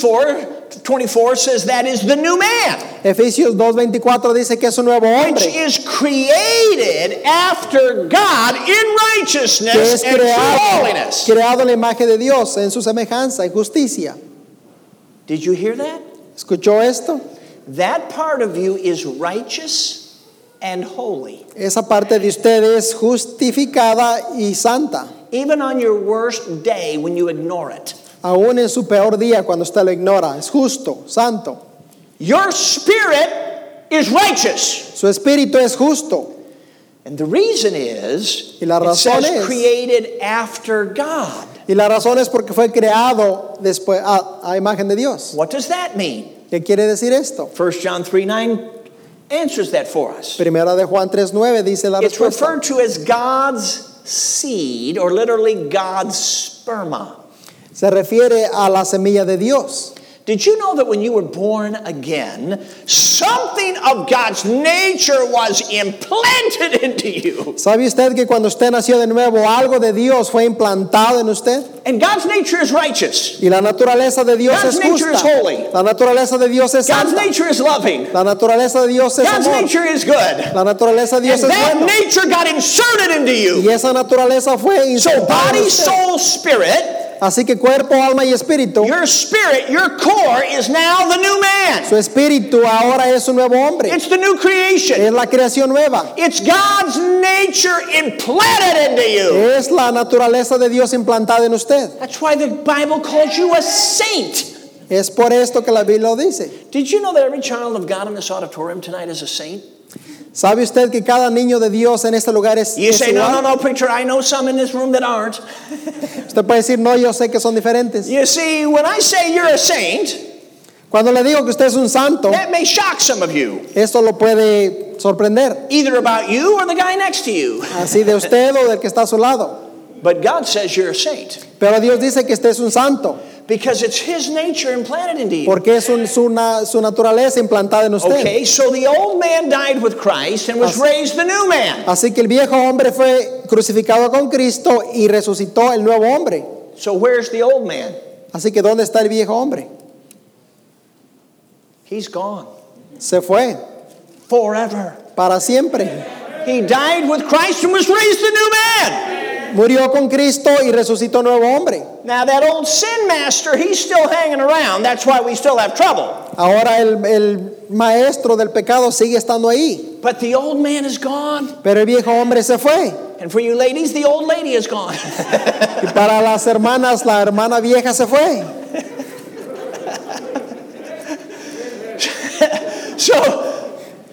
Speaker 1: 4:24 says that is the new man,
Speaker 2: Efesios 2.24 dice que es un nuevo
Speaker 1: which
Speaker 2: hombre,
Speaker 1: is created after God in
Speaker 2: que es
Speaker 1: righteousness and true
Speaker 2: creado,
Speaker 1: holiness.
Speaker 2: creado en la imagen de Dios, en su semejanza, en justicia.
Speaker 1: Did you hear that?
Speaker 2: ¿Escuchó esto?
Speaker 1: That part of you is righteous and holy.
Speaker 2: Esa parte de usted es justificada y santa,
Speaker 1: Even on your worst day when you ignore it.
Speaker 2: aún en su peor día cuando usted lo ignora. Es justo, santo.
Speaker 1: Your spirit is righteous.
Speaker 2: Su espíritu es justo.
Speaker 1: And the reason is
Speaker 2: Y la
Speaker 1: it
Speaker 2: razón
Speaker 1: says
Speaker 2: es-
Speaker 1: created after God.
Speaker 2: Y la razón es porque fue creado después a, a imagen de Dios.
Speaker 1: What does that mean?
Speaker 2: ¿Qué quiere decir esto?
Speaker 1: 1 John 3 9 answers that for us.
Speaker 2: Primera de Juan 3.9 dice la
Speaker 1: It's
Speaker 2: respuesta.
Speaker 1: referred to as God's seed, or literally God's sperma.
Speaker 2: Se refiere a la semilla de Dios.
Speaker 1: Did you know that when you were born again, something of God's nature was implanted into you?
Speaker 2: ¿Sabe usted que cuando usted nació de nuevo, algo de Dios fue implantado en usted?
Speaker 1: And God's nature is righteous.
Speaker 2: Y la naturaleza de Dios
Speaker 1: God's
Speaker 2: es
Speaker 1: nature
Speaker 2: justa.
Speaker 1: is holy.
Speaker 2: La naturaleza de Dios es
Speaker 1: God's
Speaker 2: santa.
Speaker 1: nature is loving.
Speaker 2: La naturaleza de Dios es
Speaker 1: God's
Speaker 2: amor.
Speaker 1: nature is good.
Speaker 2: La naturaleza
Speaker 1: And
Speaker 2: de Dios es
Speaker 1: that
Speaker 2: bueno.
Speaker 1: nature got inserted into
Speaker 2: Y
Speaker 1: you.
Speaker 2: esa naturaleza fue
Speaker 1: So,
Speaker 2: insertada en
Speaker 1: body,
Speaker 2: usted.
Speaker 1: soul, spirit,
Speaker 2: Así que cuerpo, alma y espíritu.
Speaker 1: your spirit, your core is now the new man.
Speaker 2: Su espíritu ahora es un nuevo hombre.
Speaker 1: It's the new creation.
Speaker 2: Es la creación nueva.
Speaker 1: It's God's nature implanted into you.
Speaker 2: Es la naturaleza de Dios implantada en usted.
Speaker 1: That's why the Bible calls you a saint.
Speaker 2: Es por esto que la Biblia lo dice.
Speaker 1: Did you know that every child of God in this auditorium tonight is a saint?
Speaker 2: ¿Sabe usted que cada niño de Dios en este lugar es,
Speaker 1: You
Speaker 2: es
Speaker 1: say, no,
Speaker 2: igual?
Speaker 1: no, no, preacher, I know some in this room that aren't.
Speaker 2: Usted puede decir, no, yo sé que son diferentes.
Speaker 1: You see, when I say you're a saint,
Speaker 2: Cuando le digo que usted es un santo,
Speaker 1: that may shock some of you,
Speaker 2: esto lo puede sorprender.
Speaker 1: either about you or the guy next to you.
Speaker 2: Así de usted o del que está a su lado.
Speaker 1: But God says you're a saint
Speaker 2: Pero Dios dice que usted es un santo.
Speaker 1: because it's His nature implanted into you.
Speaker 2: Porque es un- su, na- su naturaleza implantada en usted.
Speaker 1: Okay, so the old man died with Christ and was
Speaker 2: Así-
Speaker 1: raised the new man.
Speaker 2: Así que el viejo hombre fue crucificado con Cristo y resucitó el nuevo hombre.
Speaker 1: So where's the old man?
Speaker 2: Así que ¿dónde está el viejo hombre?
Speaker 1: He's gone
Speaker 2: Se fue
Speaker 1: forever.
Speaker 2: para siempre.
Speaker 1: He died with Christ and was raised the new man.
Speaker 2: Murió con Cristo y resucitó nuevo hombre.
Speaker 1: Now, that old sin master, he's still hanging around. That's why we still have trouble.
Speaker 2: Ahora el, el maestro del pecado sigue estando ahí,
Speaker 1: But the old man is gone.
Speaker 2: pero el viejo hombre se fue.
Speaker 1: And for you ladies, the old lady is gone.
Speaker 2: Y para las hermanas, la hermana vieja se fue.
Speaker 1: so,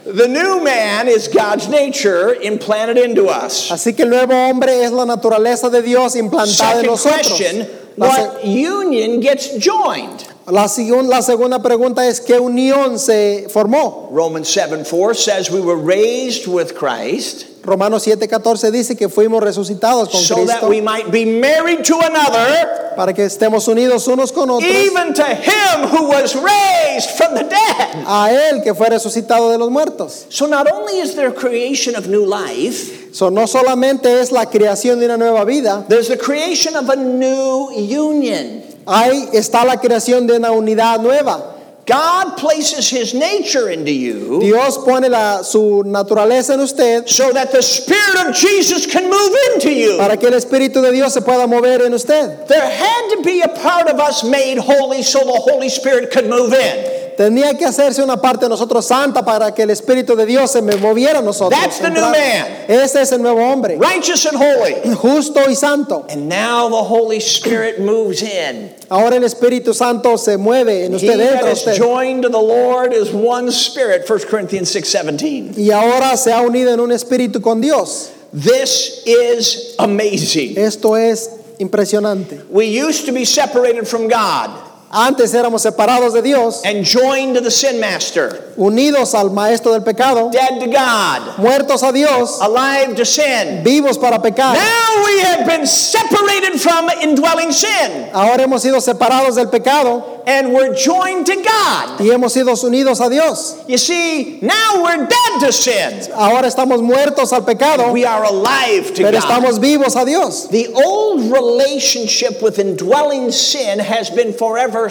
Speaker 1: the new man is God's nature implanted into us.
Speaker 2: Así que el nuevo hombre es la naturaleza de Dios implantada
Speaker 1: Second
Speaker 2: en nosotros.
Speaker 1: question
Speaker 2: La, se-
Speaker 1: What union gets joined?
Speaker 2: la segun- la segunda pregunta es, ¿qué unión se formó?
Speaker 1: Romans 7 4 says we were raised with Christ
Speaker 2: Romanos 7:14 dice que fuimos resucitados con
Speaker 1: so that
Speaker 2: Cristo
Speaker 1: we might be married to another,
Speaker 2: para que estemos unidos unos con otros
Speaker 1: even to him who was raised from the dead.
Speaker 2: a él que fue resucitado de los muertos.
Speaker 1: So not only is there creation of new life,
Speaker 2: So, no solamente es la creación de una nueva vida,
Speaker 1: there's the creation of a new union.
Speaker 2: ahí está la creación de una unidad nueva.
Speaker 1: God places his nature into you
Speaker 2: Dios pone la- su naturaleza en usted
Speaker 1: so that the spirit of Jesus can move into you.
Speaker 2: para que el espíritu de Dios se pueda mover en usted.
Speaker 1: There had to be a part of us made holy so the Holy Spirit could move in.
Speaker 2: Tenía que hacerse una parte de nosotros santa para que el espíritu de Dios se me moviera a nosotros.
Speaker 1: That's the new man.
Speaker 2: Ese es el nuevo hombre,
Speaker 1: Righteous and holy.
Speaker 2: justo y santo.
Speaker 1: And now the Holy Spirit moves in.
Speaker 2: Ahora el Espíritu Santo se mueve en
Speaker 1: He
Speaker 2: usted,
Speaker 1: that
Speaker 2: entra a
Speaker 1: is
Speaker 2: usted.
Speaker 1: joined to the Lord is one spirit, 1 Corinthians 6 17.
Speaker 2: Y ahora se ha unido en un espíritu con Dios.
Speaker 1: This is amazing.
Speaker 2: Esto es impresionante.
Speaker 1: We used to be separated from God.
Speaker 2: Antes éramos separados de Dios,
Speaker 1: and joined to the sin master,
Speaker 2: unidos al maestro del pecado,
Speaker 1: dead to God,
Speaker 2: muertos a Dios,
Speaker 1: alive to sin.
Speaker 2: vivos para pecar.
Speaker 1: Now we have been separated from indwelling sin
Speaker 2: Ahora hemos sido separados del pecado
Speaker 1: and we're joined to God.
Speaker 2: y hemos sido unidos a Dios.
Speaker 1: You see, now we're dead to sin.
Speaker 2: Ahora estamos muertos al pecado,
Speaker 1: We are alive to
Speaker 2: pero
Speaker 1: God.
Speaker 2: estamos vivos a Dios.
Speaker 1: The old relationship with indwelling sin has been forever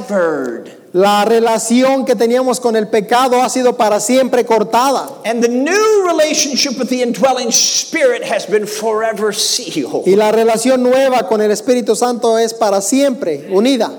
Speaker 1: severed.
Speaker 2: La relación que teníamos con el pecado ha sido para siempre cortada
Speaker 1: And the new relationship with the indwelling spirit has been forever sealed.
Speaker 2: y la relación nueva con el Espíritu Santo es para siempre unida.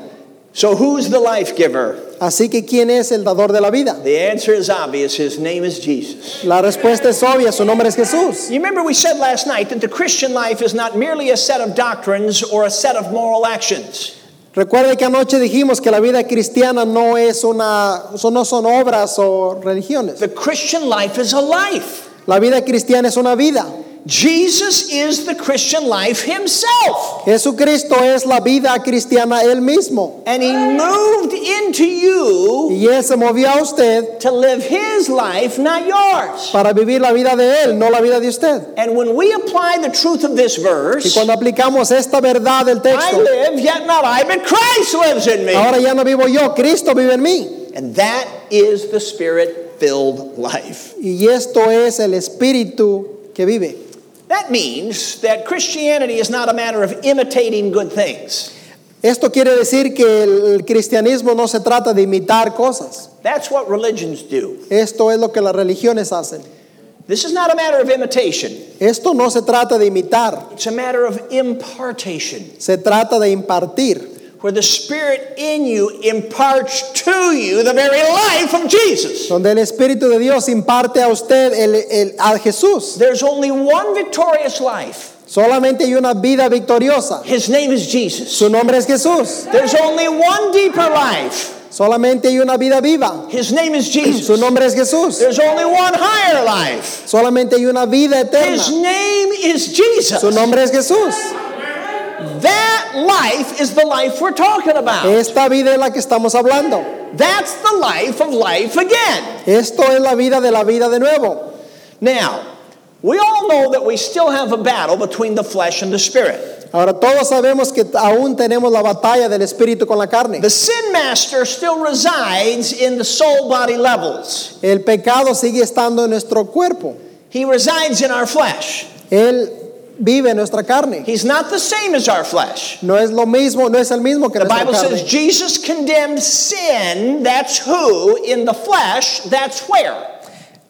Speaker 1: So, who's the life giver?
Speaker 2: Así que ¿quién es el dador de la vida?
Speaker 1: The answer is obvious. His name is Jesus.
Speaker 2: La respuesta es obvia, su nombre es Jesús.
Speaker 1: You remember we said last night that the Christian life is not merely a set of doctrines or a set of moral actions.
Speaker 2: Recuerde que anoche dijimos que la vida cristiana no es una so- no son obras o religiones.
Speaker 1: The Christian life is a life.
Speaker 2: La vida cristiana es una vida.
Speaker 1: Jesus is the Christian life himself.
Speaker 2: Jesucristo es la vida cristiana él mismo
Speaker 1: And he moved into you
Speaker 2: y él se movió a usted
Speaker 1: to live his life, not yours.
Speaker 2: para vivir la vida de él, no la vida de usted.
Speaker 1: And when we apply the truth of this
Speaker 2: Y
Speaker 1: verse,
Speaker 2: cuando aplicamos esta verdad del
Speaker 1: I
Speaker 2: texto,
Speaker 1: live, yet not I, but Christ lives in me.
Speaker 2: ahora ya no vivo yo, Cristo vive en mí.
Speaker 1: And that is the spirit filled life.
Speaker 2: Y esto es el espíritu que vive.
Speaker 1: That means that Christianity is not a matter of imitating good things.
Speaker 2: Esto quiere decir que el cristianismo no se trata de imitar cosas.
Speaker 1: That's what religions do.
Speaker 2: Esto es lo que las religiones hacen.
Speaker 1: This is not a matter of imitation,
Speaker 2: Esto no se trata de imitar,
Speaker 1: it's a matter of impartation,
Speaker 2: se trata de impartir,
Speaker 1: where the Spirit in you imparts to you the very life of Jesus.
Speaker 2: donde el Espíritu de Dios imparte a usted el- el- a Jesús.
Speaker 1: There's only one victorious life.
Speaker 2: Solamente hay una vida victoriosa.
Speaker 1: His name is Jesus.
Speaker 2: Su nombre es Jesús.
Speaker 1: There's only one deeper life.
Speaker 2: Solamente hay una vida viva.
Speaker 1: His name is
Speaker 2: Su
Speaker 1: Jesus.
Speaker 2: nombre es Jesús.
Speaker 1: There's only one higher life.
Speaker 2: Solamente hay una vida eterna.
Speaker 1: His name is
Speaker 2: Su
Speaker 1: Jesus.
Speaker 2: nombre es Jesús.
Speaker 1: That life is the life we're talking about.
Speaker 2: Esta vida es la que estamos hablando.
Speaker 1: That's the life of life again.
Speaker 2: Esto es la vida de la vida de nuevo.
Speaker 1: Now, we all know that we still have a battle between the flesh and the spirit.
Speaker 2: Ahora todos sabemos que aún tenemos la batalla del espíritu con la carne.
Speaker 1: The sin master still resides in the soul body levels.
Speaker 2: El pecado sigue estando en nuestro cuerpo.
Speaker 1: He resides in our flesh.
Speaker 2: Él vive en nuestra carne.
Speaker 1: He's not the same as our flesh.
Speaker 2: No es lo mismo, no es el mismo que
Speaker 1: The
Speaker 2: nuestra
Speaker 1: Bible
Speaker 2: carne.
Speaker 1: says Jesus condemned sin, that's who, in the flesh, that's where.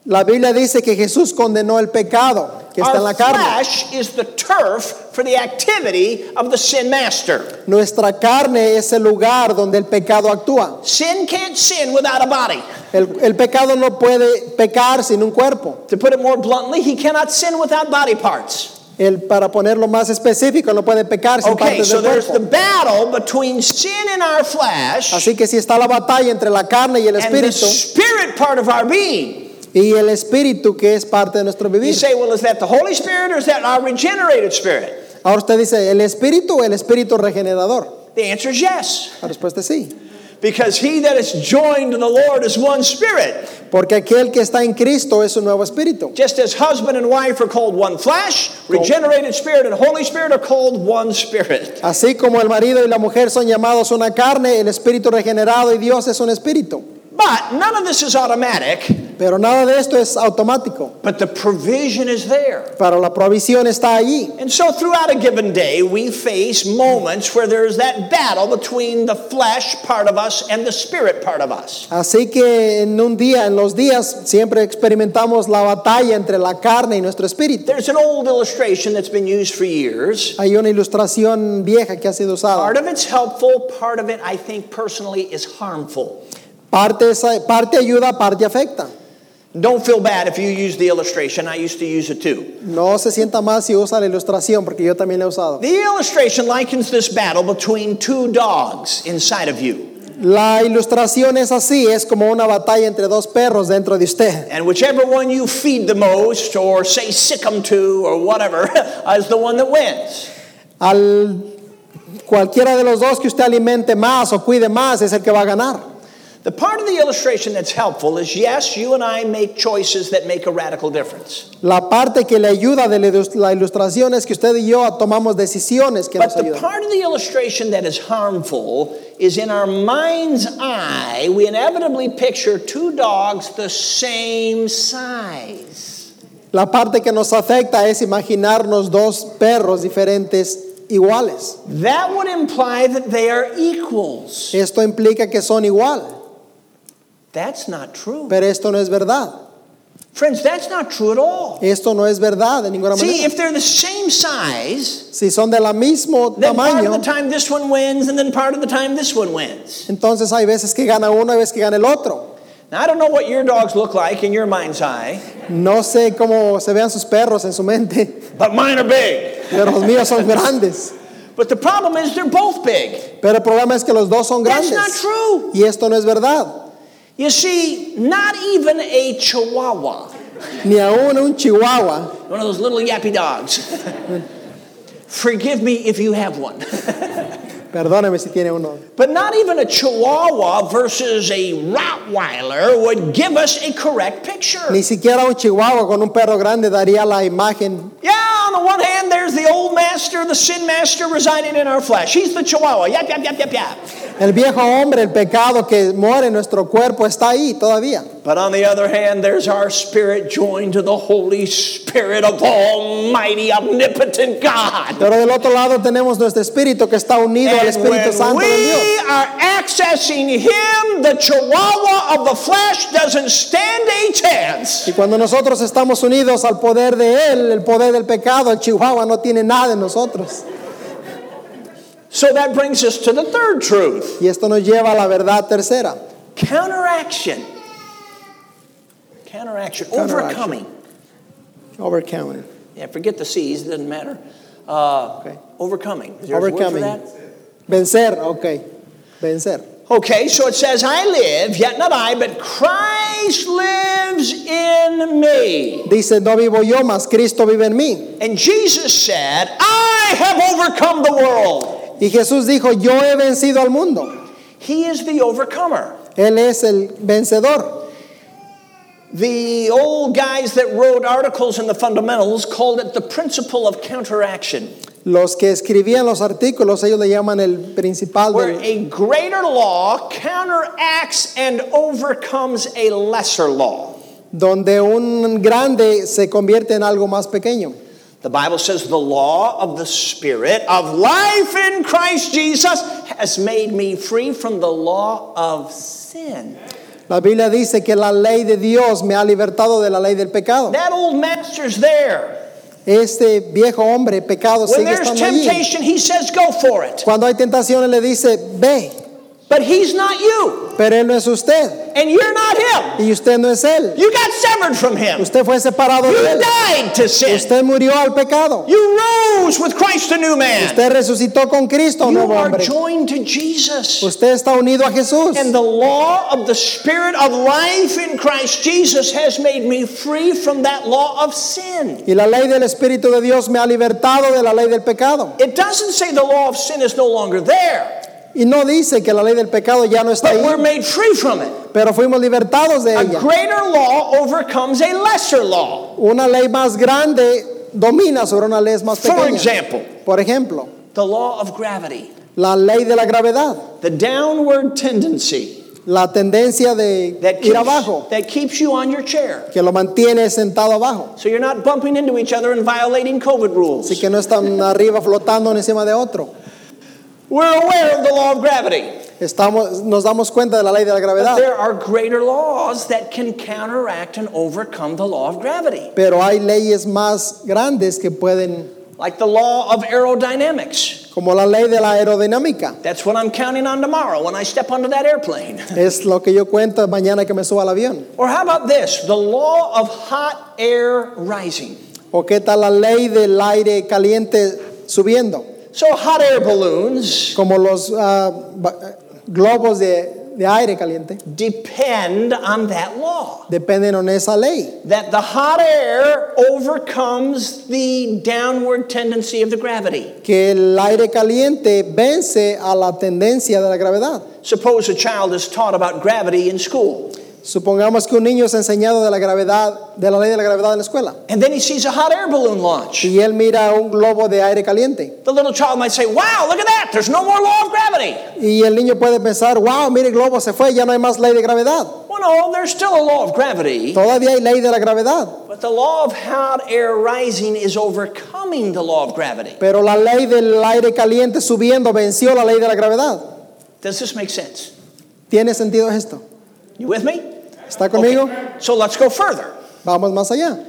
Speaker 2: la Biblia dice que Jesús condenó el pecado que está
Speaker 1: Our
Speaker 2: en la carne.
Speaker 1: flesh is the turf for the activity of the sin master.
Speaker 2: Nuestra carne es el lugar donde el pecado actúa.
Speaker 1: Sin can't sin without a body.
Speaker 2: El, el pecado no puede pecar sin un cuerpo.
Speaker 1: To put it more bluntly, he cannot sin without body parts.
Speaker 2: El, para ponerlo más específico, no puede pecar sin
Speaker 1: Okay,
Speaker 2: partes
Speaker 1: so
Speaker 2: del
Speaker 1: there's
Speaker 2: cuerpo.
Speaker 1: the battle between sin in our flesh
Speaker 2: Así que si está la batalla entre la carne y el
Speaker 1: and the
Speaker 2: espíritu,
Speaker 1: spirit part of our being.
Speaker 2: y el espíritu que es parte de nuestro
Speaker 1: You
Speaker 2: vivir.
Speaker 1: say, well, is that the Holy Spirit or is that our regenerated spirit?
Speaker 2: Ahora usted dice, ¿el espíritu o el espíritu regenerador?
Speaker 1: The answer is yes,
Speaker 2: La respuesta es sí.
Speaker 1: because he that is joined to the Lord is one spirit.
Speaker 2: Porque aquel que está en Cristo es un nuevo espíritu.
Speaker 1: Just as husband and wife are called one flesh, regenerated spirit and Holy Spirit are called one spirit.
Speaker 2: Así como el marido y la mujer son llamados una carne, el espíritu regenerado y Dios es un espíritu.
Speaker 1: But none of this is automatic,
Speaker 2: Pero nada de esto es automático.
Speaker 1: but the provision is there.
Speaker 2: Pero la provisión está allí.
Speaker 1: And so throughout a given day, we face moments where there's that battle between the flesh part of us and the spirit part of us.
Speaker 2: Así que en un día, en los días, siempre experimentamos la batalla entre la carne y nuestro espíritu.
Speaker 1: There's an old illustration that's been used for years.
Speaker 2: Hay una ilustración vieja que ha sido usada.
Speaker 1: Part of it's helpful, part of it, I think personally, is harmful.
Speaker 2: Parte, es- parte ayuda, parte afecta.
Speaker 1: Don't feel bad if you use the illustration. I used to use it too.
Speaker 2: No se sienta mal si usa la ilustración, porque yo también la he usado.
Speaker 1: The illustration likens this battle between two dogs inside of you.
Speaker 2: La ilustración es así, es como una batalla entre dos perros dentro de usted.
Speaker 1: And whichever one you feed the most or say sick 'em to or whatever is the one that wins.
Speaker 2: Al cualquiera de los dos que usted alimente más o cuide más es el que va a ganar.
Speaker 1: The part of the illustration that's helpful is yes, you and I make choices that make a radical difference.
Speaker 2: La parte que le ayuda de la ilus- la ilustración es que usted y yo tomamos decisiones que
Speaker 1: But
Speaker 2: nos
Speaker 1: the
Speaker 2: ayudan.
Speaker 1: part of the illustration that is harmful is in our mind's eye, we inevitably picture two dogs the same size.
Speaker 2: La parte que nos afecta es imaginarnos dos perros diferentes iguales.
Speaker 1: That would imply that they are equals.
Speaker 2: Esto implica que son igual,
Speaker 1: That's not true.
Speaker 2: pero esto no es verdad.
Speaker 1: Friends, that's not true at all.
Speaker 2: Esto no es verdad de ninguna
Speaker 1: See,
Speaker 2: manera.
Speaker 1: if they're the same size,
Speaker 2: Si son del mismo
Speaker 1: then part of
Speaker 2: tamaño,
Speaker 1: the time this one wins, and then part of the time this one wins.
Speaker 2: entonces hay veces que gana uno y veces que gana el otro.
Speaker 1: Now, I don't know what your dogs look like in your mind's eye,
Speaker 2: No sé cómo se vean sus perros en su mente,
Speaker 1: but mine are big.
Speaker 2: pero los míos son grandes.
Speaker 1: But the problem is they're both big.
Speaker 2: Pero el problema es que los dos son
Speaker 1: That's
Speaker 2: grandes.
Speaker 1: not true.
Speaker 2: Y esto no es verdad.
Speaker 1: You see, not even a chihuahua,
Speaker 2: Ni aún un chihuahua
Speaker 1: one of those little yappy dogs. Forgive me if you have one.
Speaker 2: Perdóneme si tiene uno.
Speaker 1: But not even a chihuahua versus a Rottweiler would give us a correct picture.
Speaker 2: Ni siquiera un chihuahua con un perro grande daría la imagen.
Speaker 1: Yeah, on the one hand, there's the old master, the sin master residing in our flesh. He's the chihuahua. Yap, yap, yap, yap, yap.
Speaker 2: El viejo hombre, el pecado que muere en nuestro cuerpo está ahí todavía.
Speaker 1: But on the other hand, there's our spirit joined to the Holy Spirit of Almighty, omnipotent God.
Speaker 2: Pero del otro lado tenemos nuestro espíritu que está unido al
Speaker 1: And
Speaker 2: Espíritu
Speaker 1: when
Speaker 2: Santo
Speaker 1: we
Speaker 2: de Dios.
Speaker 1: are accessing Him, the chihuahua of the flesh doesn't stand a chance.
Speaker 2: Y cuando nosotros estamos unidos al poder de Él, el poder del pecado, el chihuahua no tiene nada en nosotros.
Speaker 1: So that brings us to the third truth
Speaker 2: Y esto nos lleva a la verdad tercera.
Speaker 1: counteraction. Counteraction, overcoming.
Speaker 2: Overcoming.
Speaker 1: Yeah, forget the C's, doesn't matter. Uh, Overcoming. Is there a word for
Speaker 2: Overcoming.
Speaker 1: that?
Speaker 2: Vencer, ok. Vencer.
Speaker 1: Okay, so it says, I live, yet not I, but Christ lives in me.
Speaker 2: Dice, no vivo yo, mas Cristo vive en mí.
Speaker 1: And Jesus said, I have overcome the world.
Speaker 2: Y Jesús dijo, yo he vencido al mundo.
Speaker 1: He is the overcomer.
Speaker 2: Él es el vencedor.
Speaker 1: The old guys that wrote articles in the fundamentals called it the principle of counteraction,
Speaker 2: Los que escribían los artículos, ellos le llaman el principal
Speaker 1: where
Speaker 2: del,
Speaker 1: a greater law counteracts and overcomes a lesser law.
Speaker 2: donde un grande se convierte en algo más pequeño.
Speaker 1: The Bible says the law of the Spirit of life in Christ Jesus has made me free from the law of sin.
Speaker 2: La Biblia dice que la ley de Dios me ha libertado de la ley del pecado.
Speaker 1: That old master's there.
Speaker 2: Este viejo hombre pecado
Speaker 1: When
Speaker 2: sigue
Speaker 1: there's
Speaker 2: estando allí.
Speaker 1: temptation, he says, Go for it.
Speaker 2: Cuando hay tentaciones le dice, ve,
Speaker 1: But he's not you,
Speaker 2: pero él no es usted
Speaker 1: and you're not him.
Speaker 2: y usted no es él.
Speaker 1: You got severed from him.
Speaker 2: Usted fue separado
Speaker 1: You
Speaker 2: de él.
Speaker 1: died to sin.
Speaker 2: Usted murió al pecado.
Speaker 1: You rose with Christ, a new man.
Speaker 2: Usted resucitó con Cristo, un
Speaker 1: You
Speaker 2: nuevo
Speaker 1: are
Speaker 2: hombre.
Speaker 1: joined to Jesus.
Speaker 2: Usted está unido a Jesús.
Speaker 1: And the law of the Spirit of life in Christ Jesus has made me free from that law of sin.
Speaker 2: Y la ley del Espíritu de Dios me ha libertado de la ley del pecado.
Speaker 1: It doesn't say the law of sin is no longer there,
Speaker 2: Y no dice que la ley del pecado ya no está
Speaker 1: but
Speaker 2: ahí,
Speaker 1: we're made free from it.
Speaker 2: pero fuimos libertados de
Speaker 1: A
Speaker 2: ella.
Speaker 1: greater law overcomes a lesser law.
Speaker 2: Una ley más grande domina sobre una ley más
Speaker 1: For
Speaker 2: pequeña.
Speaker 1: example,
Speaker 2: Por ejemplo,
Speaker 1: the law of gravity,
Speaker 2: la ley de la gravedad,
Speaker 1: the downward tendency
Speaker 2: la tendencia de
Speaker 1: that
Speaker 2: ir
Speaker 1: keeps,
Speaker 2: abajo,
Speaker 1: that keeps you on your chair.
Speaker 2: que lo mantiene sentado abajo,
Speaker 1: So you're not bumping into each other and violating COVID
Speaker 2: así
Speaker 1: rules.
Speaker 2: que no están arriba flotando uno encima de otro.
Speaker 1: We're aware of the law of gravity.
Speaker 2: Estamos, nos damos cuenta de la ley de la
Speaker 1: But
Speaker 2: gravedad,
Speaker 1: there are greater laws that can counteract and overcome the law of gravity,
Speaker 2: pero hay leyes más grandes que pueden,
Speaker 1: like the law of aerodynamics.
Speaker 2: como la ley de la aerodinámica.
Speaker 1: That's what I'm counting on tomorrow when I step onto that airplane.
Speaker 2: Es lo que yo cuento mañana que me suba al avión.
Speaker 1: Or how about this? The law of hot air rising.
Speaker 2: ¿O qué tal la ley del aire caliente subiendo?
Speaker 1: So hot air balloons
Speaker 2: Como los ah, ba- globos de de aire caliente
Speaker 1: depend on that law.
Speaker 2: dependen en esa ley.
Speaker 1: That the hot air overcomes the downward tendency of the gravity.
Speaker 2: Que el aire caliente vence a la tendencia de la gravedad.
Speaker 1: Suppose a child is taught about gravity in school,
Speaker 2: Supongamos que un niño es enseñado de la gravedad, de la ley de la gravedad en la escuela,
Speaker 1: and then he sees a hot air balloon launch.
Speaker 2: y él mira un globo de aire caliente,
Speaker 1: The little child might say, Wow, look at that, there's no more law of gravity.
Speaker 2: y el niño puede pensar, wow, mire el globo se fue, ya no hay más ley de gravedad.
Speaker 1: Well, no, there's still a law of gravity,
Speaker 2: Todavía hay ley de la gravedad,
Speaker 1: but the law of hot air rising is overcoming the law of gravity.
Speaker 2: pero la ley del aire caliente subiendo venció la ley de la gravedad.
Speaker 1: Does this make sense?
Speaker 2: ¿Tiene sentido esto?
Speaker 1: You with me?
Speaker 2: ¿Está conmigo?
Speaker 1: Okay, So let's go further.
Speaker 2: Vamos más allá.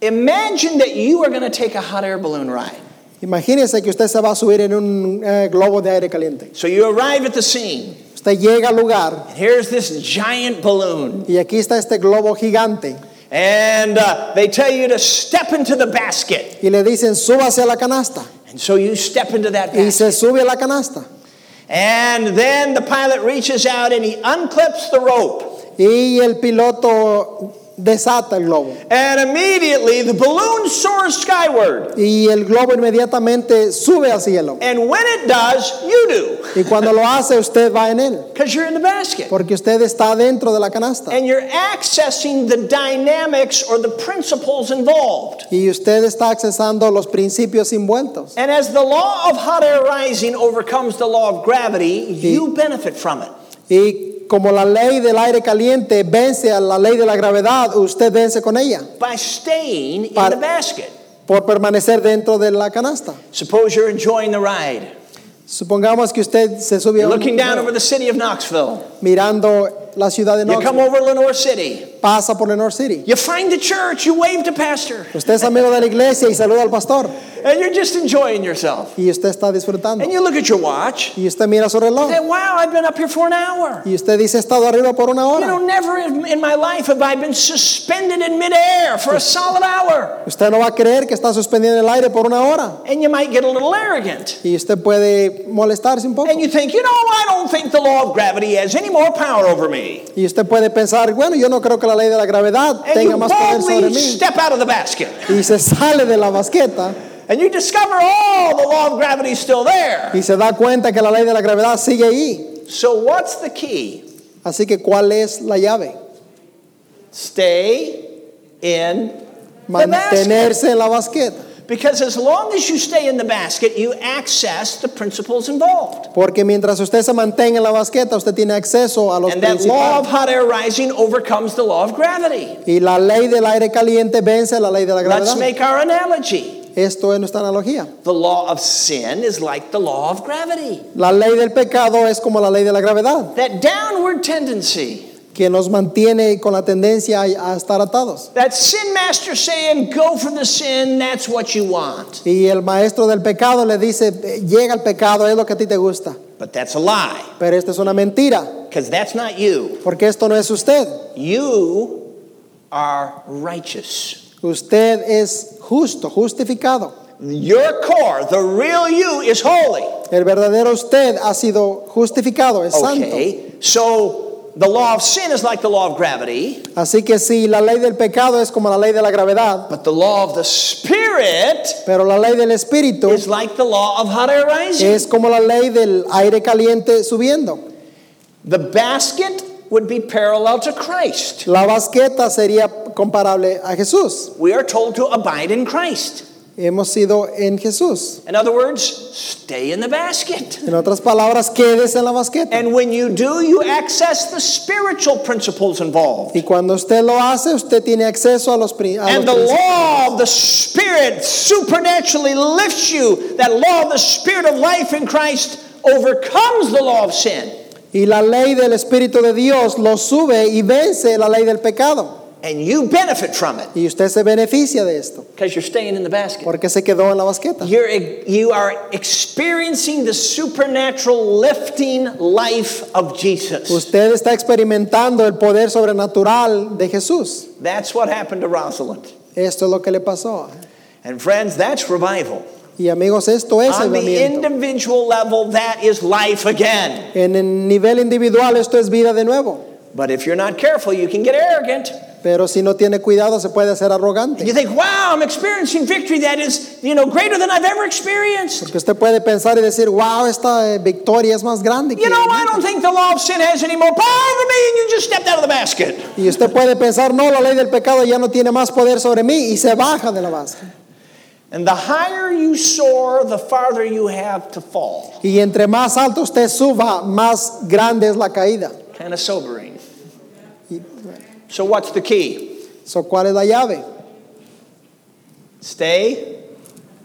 Speaker 1: Imagine that you are going to take a hot air balloon ride.
Speaker 2: Imagínese que usted se va a subir en un eh, globo de aire caliente.
Speaker 1: So you arrive at the scene.
Speaker 2: Usted llega al lugar
Speaker 1: and Here's this giant balloon.
Speaker 2: y aquí está este globo gigante
Speaker 1: And uh, they tell you to step into the basket.
Speaker 2: y le dicen súbase a la canasta
Speaker 1: And so you step into that
Speaker 2: y
Speaker 1: basket.
Speaker 2: se sube a la canasta
Speaker 1: And then the pilot reaches out and he unclips the rope.
Speaker 2: y el piloto desata el globo
Speaker 1: And immediately the balloon soars skyward.
Speaker 2: y el globo inmediatamente sube al cielo
Speaker 1: And when it does, you do,
Speaker 2: y cuando lo hace usted va en él
Speaker 1: because you're in the basket.
Speaker 2: porque usted está dentro de la canasta
Speaker 1: And you're accessing the dynamics or the principles involved.
Speaker 2: y usted está accesando los principios envueltos
Speaker 1: And as the law of hot air rising overcomes the law of gravity, you benefit from it.
Speaker 2: y como la ley del aire caliente vence a la ley de la gravedad usted vence con ella
Speaker 1: by staying in
Speaker 2: Para-
Speaker 1: the basket.
Speaker 2: por permanecer dentro de la canasta
Speaker 1: Suppose you're enjoying the ride.
Speaker 2: supongamos que usted se sube a
Speaker 1: You're
Speaker 2: un
Speaker 1: looking down over the city of Knoxville.
Speaker 2: mirando la ciudad de
Speaker 1: You come
Speaker 2: Knoxville,
Speaker 1: over Lenore City.
Speaker 2: pasa por Lenore City.
Speaker 1: You find the church, you wave to pastor,
Speaker 2: Usted es amigo de la iglesia y saluda al pastor
Speaker 1: and you're just enjoying yourself.
Speaker 2: y usted está disfrutando.
Speaker 1: And you look at your watch.
Speaker 2: Y usted mira su reloj
Speaker 1: Say, wow, I've been up here for an hour.
Speaker 2: y usted dice, he estado arriba por una
Speaker 1: You know,
Speaker 2: hora.
Speaker 1: never in in my life have I been suspended in midair for a solid hour.
Speaker 2: Usted no va a creer que está suspendido en el aire por una hora
Speaker 1: And you might get a little arrogant.
Speaker 2: y usted puede molestarse un poco.
Speaker 1: And you think, you know, I don't think the law of gravity has any more power over me.
Speaker 2: Y usted puede pensar, bueno, yo no creo que la ley de la gravedad
Speaker 1: And
Speaker 2: tenga
Speaker 1: you
Speaker 2: más poder sobre
Speaker 1: boldly
Speaker 2: mí.
Speaker 1: step out of the basket.
Speaker 2: Y se sale de la basqueta
Speaker 1: And you discover, oh, the law of gravity is still there.
Speaker 2: y se da cuenta que la ley de la gravedad sigue ahí.
Speaker 1: So, what's the key?
Speaker 2: Así que, ¿cuál es la llave?
Speaker 1: Stay in the basket.
Speaker 2: Mantenerse en la basqueta.
Speaker 1: Because as long as you stay in the basket, you access the principles involved.
Speaker 2: Porque mientras usted se mantenga en la basqueta, usted tiene acceso a los
Speaker 1: And that law of
Speaker 2: principales.
Speaker 1: hot air rising overcomes the law of gravity.
Speaker 2: Y la ley del aire caliente vence la ley de la gravedad.
Speaker 1: Let's make our analogy.
Speaker 2: Esto es nuestra analogía.
Speaker 1: The law of sin is like the law of gravity.
Speaker 2: La ley del pecado es como la ley de la gravedad,
Speaker 1: That downward tendency,
Speaker 2: que nos mantiene con la tendencia a a estar atados.
Speaker 1: that sin master saying, go for the sin, that's what you want.
Speaker 2: Y el maestro del pecado le dice, "Eh, llega el pecado, es lo que a ti te gusta.
Speaker 1: But that's a lie,
Speaker 2: Pero esto es una mentira,
Speaker 1: because that's not you.
Speaker 2: porque esto no es usted.
Speaker 1: You are righteous.
Speaker 2: Usted es justo, justificado.
Speaker 1: Your core, the real you, is holy.
Speaker 2: El verdadero usted ha sido justificado, es santo.
Speaker 1: Okay. So the law of sin is like the law of gravity,
Speaker 2: Así que si la ley del pecado es como la ley de la gravedad,
Speaker 1: but the law of the spirit
Speaker 2: pero la ley del espíritu
Speaker 1: is like the law of hot air rising.
Speaker 2: es como la ley del aire caliente subiendo.
Speaker 1: The basket would be parallel to Christ.
Speaker 2: La basqueta sería comparable a Jesús.
Speaker 1: We are told to abide in Christ.
Speaker 2: Hemos sido en Jesús.
Speaker 1: In other words, stay in the basket.
Speaker 2: En otras palabras, quédese en la basqueta.
Speaker 1: And when you do, you access the spiritual principles involved.
Speaker 2: Y cuando usted lo hace, usted tiene acceso a los, pri- a
Speaker 1: And the
Speaker 2: los principios.
Speaker 1: law of the Spirit supernaturally lifts you. That law of the Spirit of life in Christ overcomes the law of sin.
Speaker 2: Y la ley del Espíritu de Dios lo sube y vence la ley del pecado.
Speaker 1: And you benefit from it
Speaker 2: Y usted se beneficia de esto,
Speaker 1: because you're staying in the basket.
Speaker 2: porque se quedó en la basqueta.
Speaker 1: You're, e, you are experiencing the supernatural lifting life of Jesus.
Speaker 2: Usted está experimentando el poder sobrenatural de Jesús.
Speaker 1: That's what happened to Rosalind.
Speaker 2: Esto es lo que le pasó.
Speaker 1: And friends, that's revival.
Speaker 2: Y amigos, esto es
Speaker 1: On the
Speaker 2: avivamiento.
Speaker 1: individual level, that is life again.
Speaker 2: En el nivel individual esto es vida de nuevo.
Speaker 1: But if you're not careful, you can get arrogant.
Speaker 2: Pero si no tiene cuidado se puede ser arrogante.
Speaker 1: You think, wow, I'm experiencing victory that is, you know, greater than I've ever experienced.
Speaker 2: Que usted puede pensar y decir, wow, esta eh, victoria es más grande que
Speaker 1: You know, I
Speaker 2: nunca".
Speaker 1: don't think the law of sin has any more power over me, and you just stepped out of the basket.
Speaker 2: Y usted puede pensar, no, la ley del pecado ya no tiene más poder sobre mí y se baja de la base.
Speaker 1: And the higher you soar, the farther you have to fall.
Speaker 2: Y entre más alto usted suba, más grande es la caída.
Speaker 1: Kind of sobering.
Speaker 2: Y,
Speaker 1: So, what's the key?
Speaker 2: so, ¿Cuál es la llave?
Speaker 1: Stay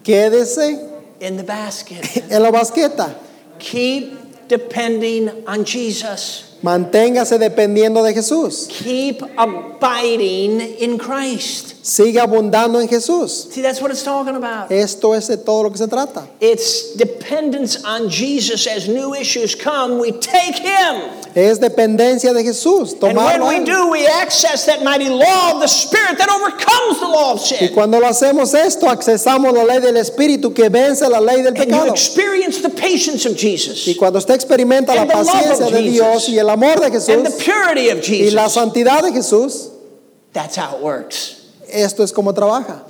Speaker 2: Quédese
Speaker 1: in the basket.
Speaker 2: en la basqueta.
Speaker 1: Keep depending on Jesus.
Speaker 2: Manténgase dependiendo de Jesús.
Speaker 1: Keep abiding in Christ.
Speaker 2: Siga abundando en Jesús.
Speaker 1: See, that's what it's talking about.
Speaker 2: Esto es de todo lo que se trata.
Speaker 1: It's dependence on Jesus as new issues come. We take Him.
Speaker 2: Es dependencia de Jesús.
Speaker 1: And
Speaker 2: Tomarlo.
Speaker 1: when
Speaker 2: a
Speaker 1: we
Speaker 2: Él.
Speaker 1: do, we access that mighty law of the Spirit that overcomes the law of
Speaker 2: Y
Speaker 1: sin.
Speaker 2: cuando lo hacemos esto, accesamos la ley del Espíritu que vence la ley del
Speaker 1: And you
Speaker 2: pecado.
Speaker 1: experience the patience of Jesus
Speaker 2: Y cuando usted experimenta la
Speaker 1: And the love of
Speaker 2: paciencia de
Speaker 1: Jesus.
Speaker 2: Dios y el amor de
Speaker 1: and the
Speaker 2: Jesús
Speaker 1: purity of
Speaker 2: y la
Speaker 1: Jesus.
Speaker 2: santidad de Jesús,
Speaker 1: That's how it works.
Speaker 2: esto es como trabaja.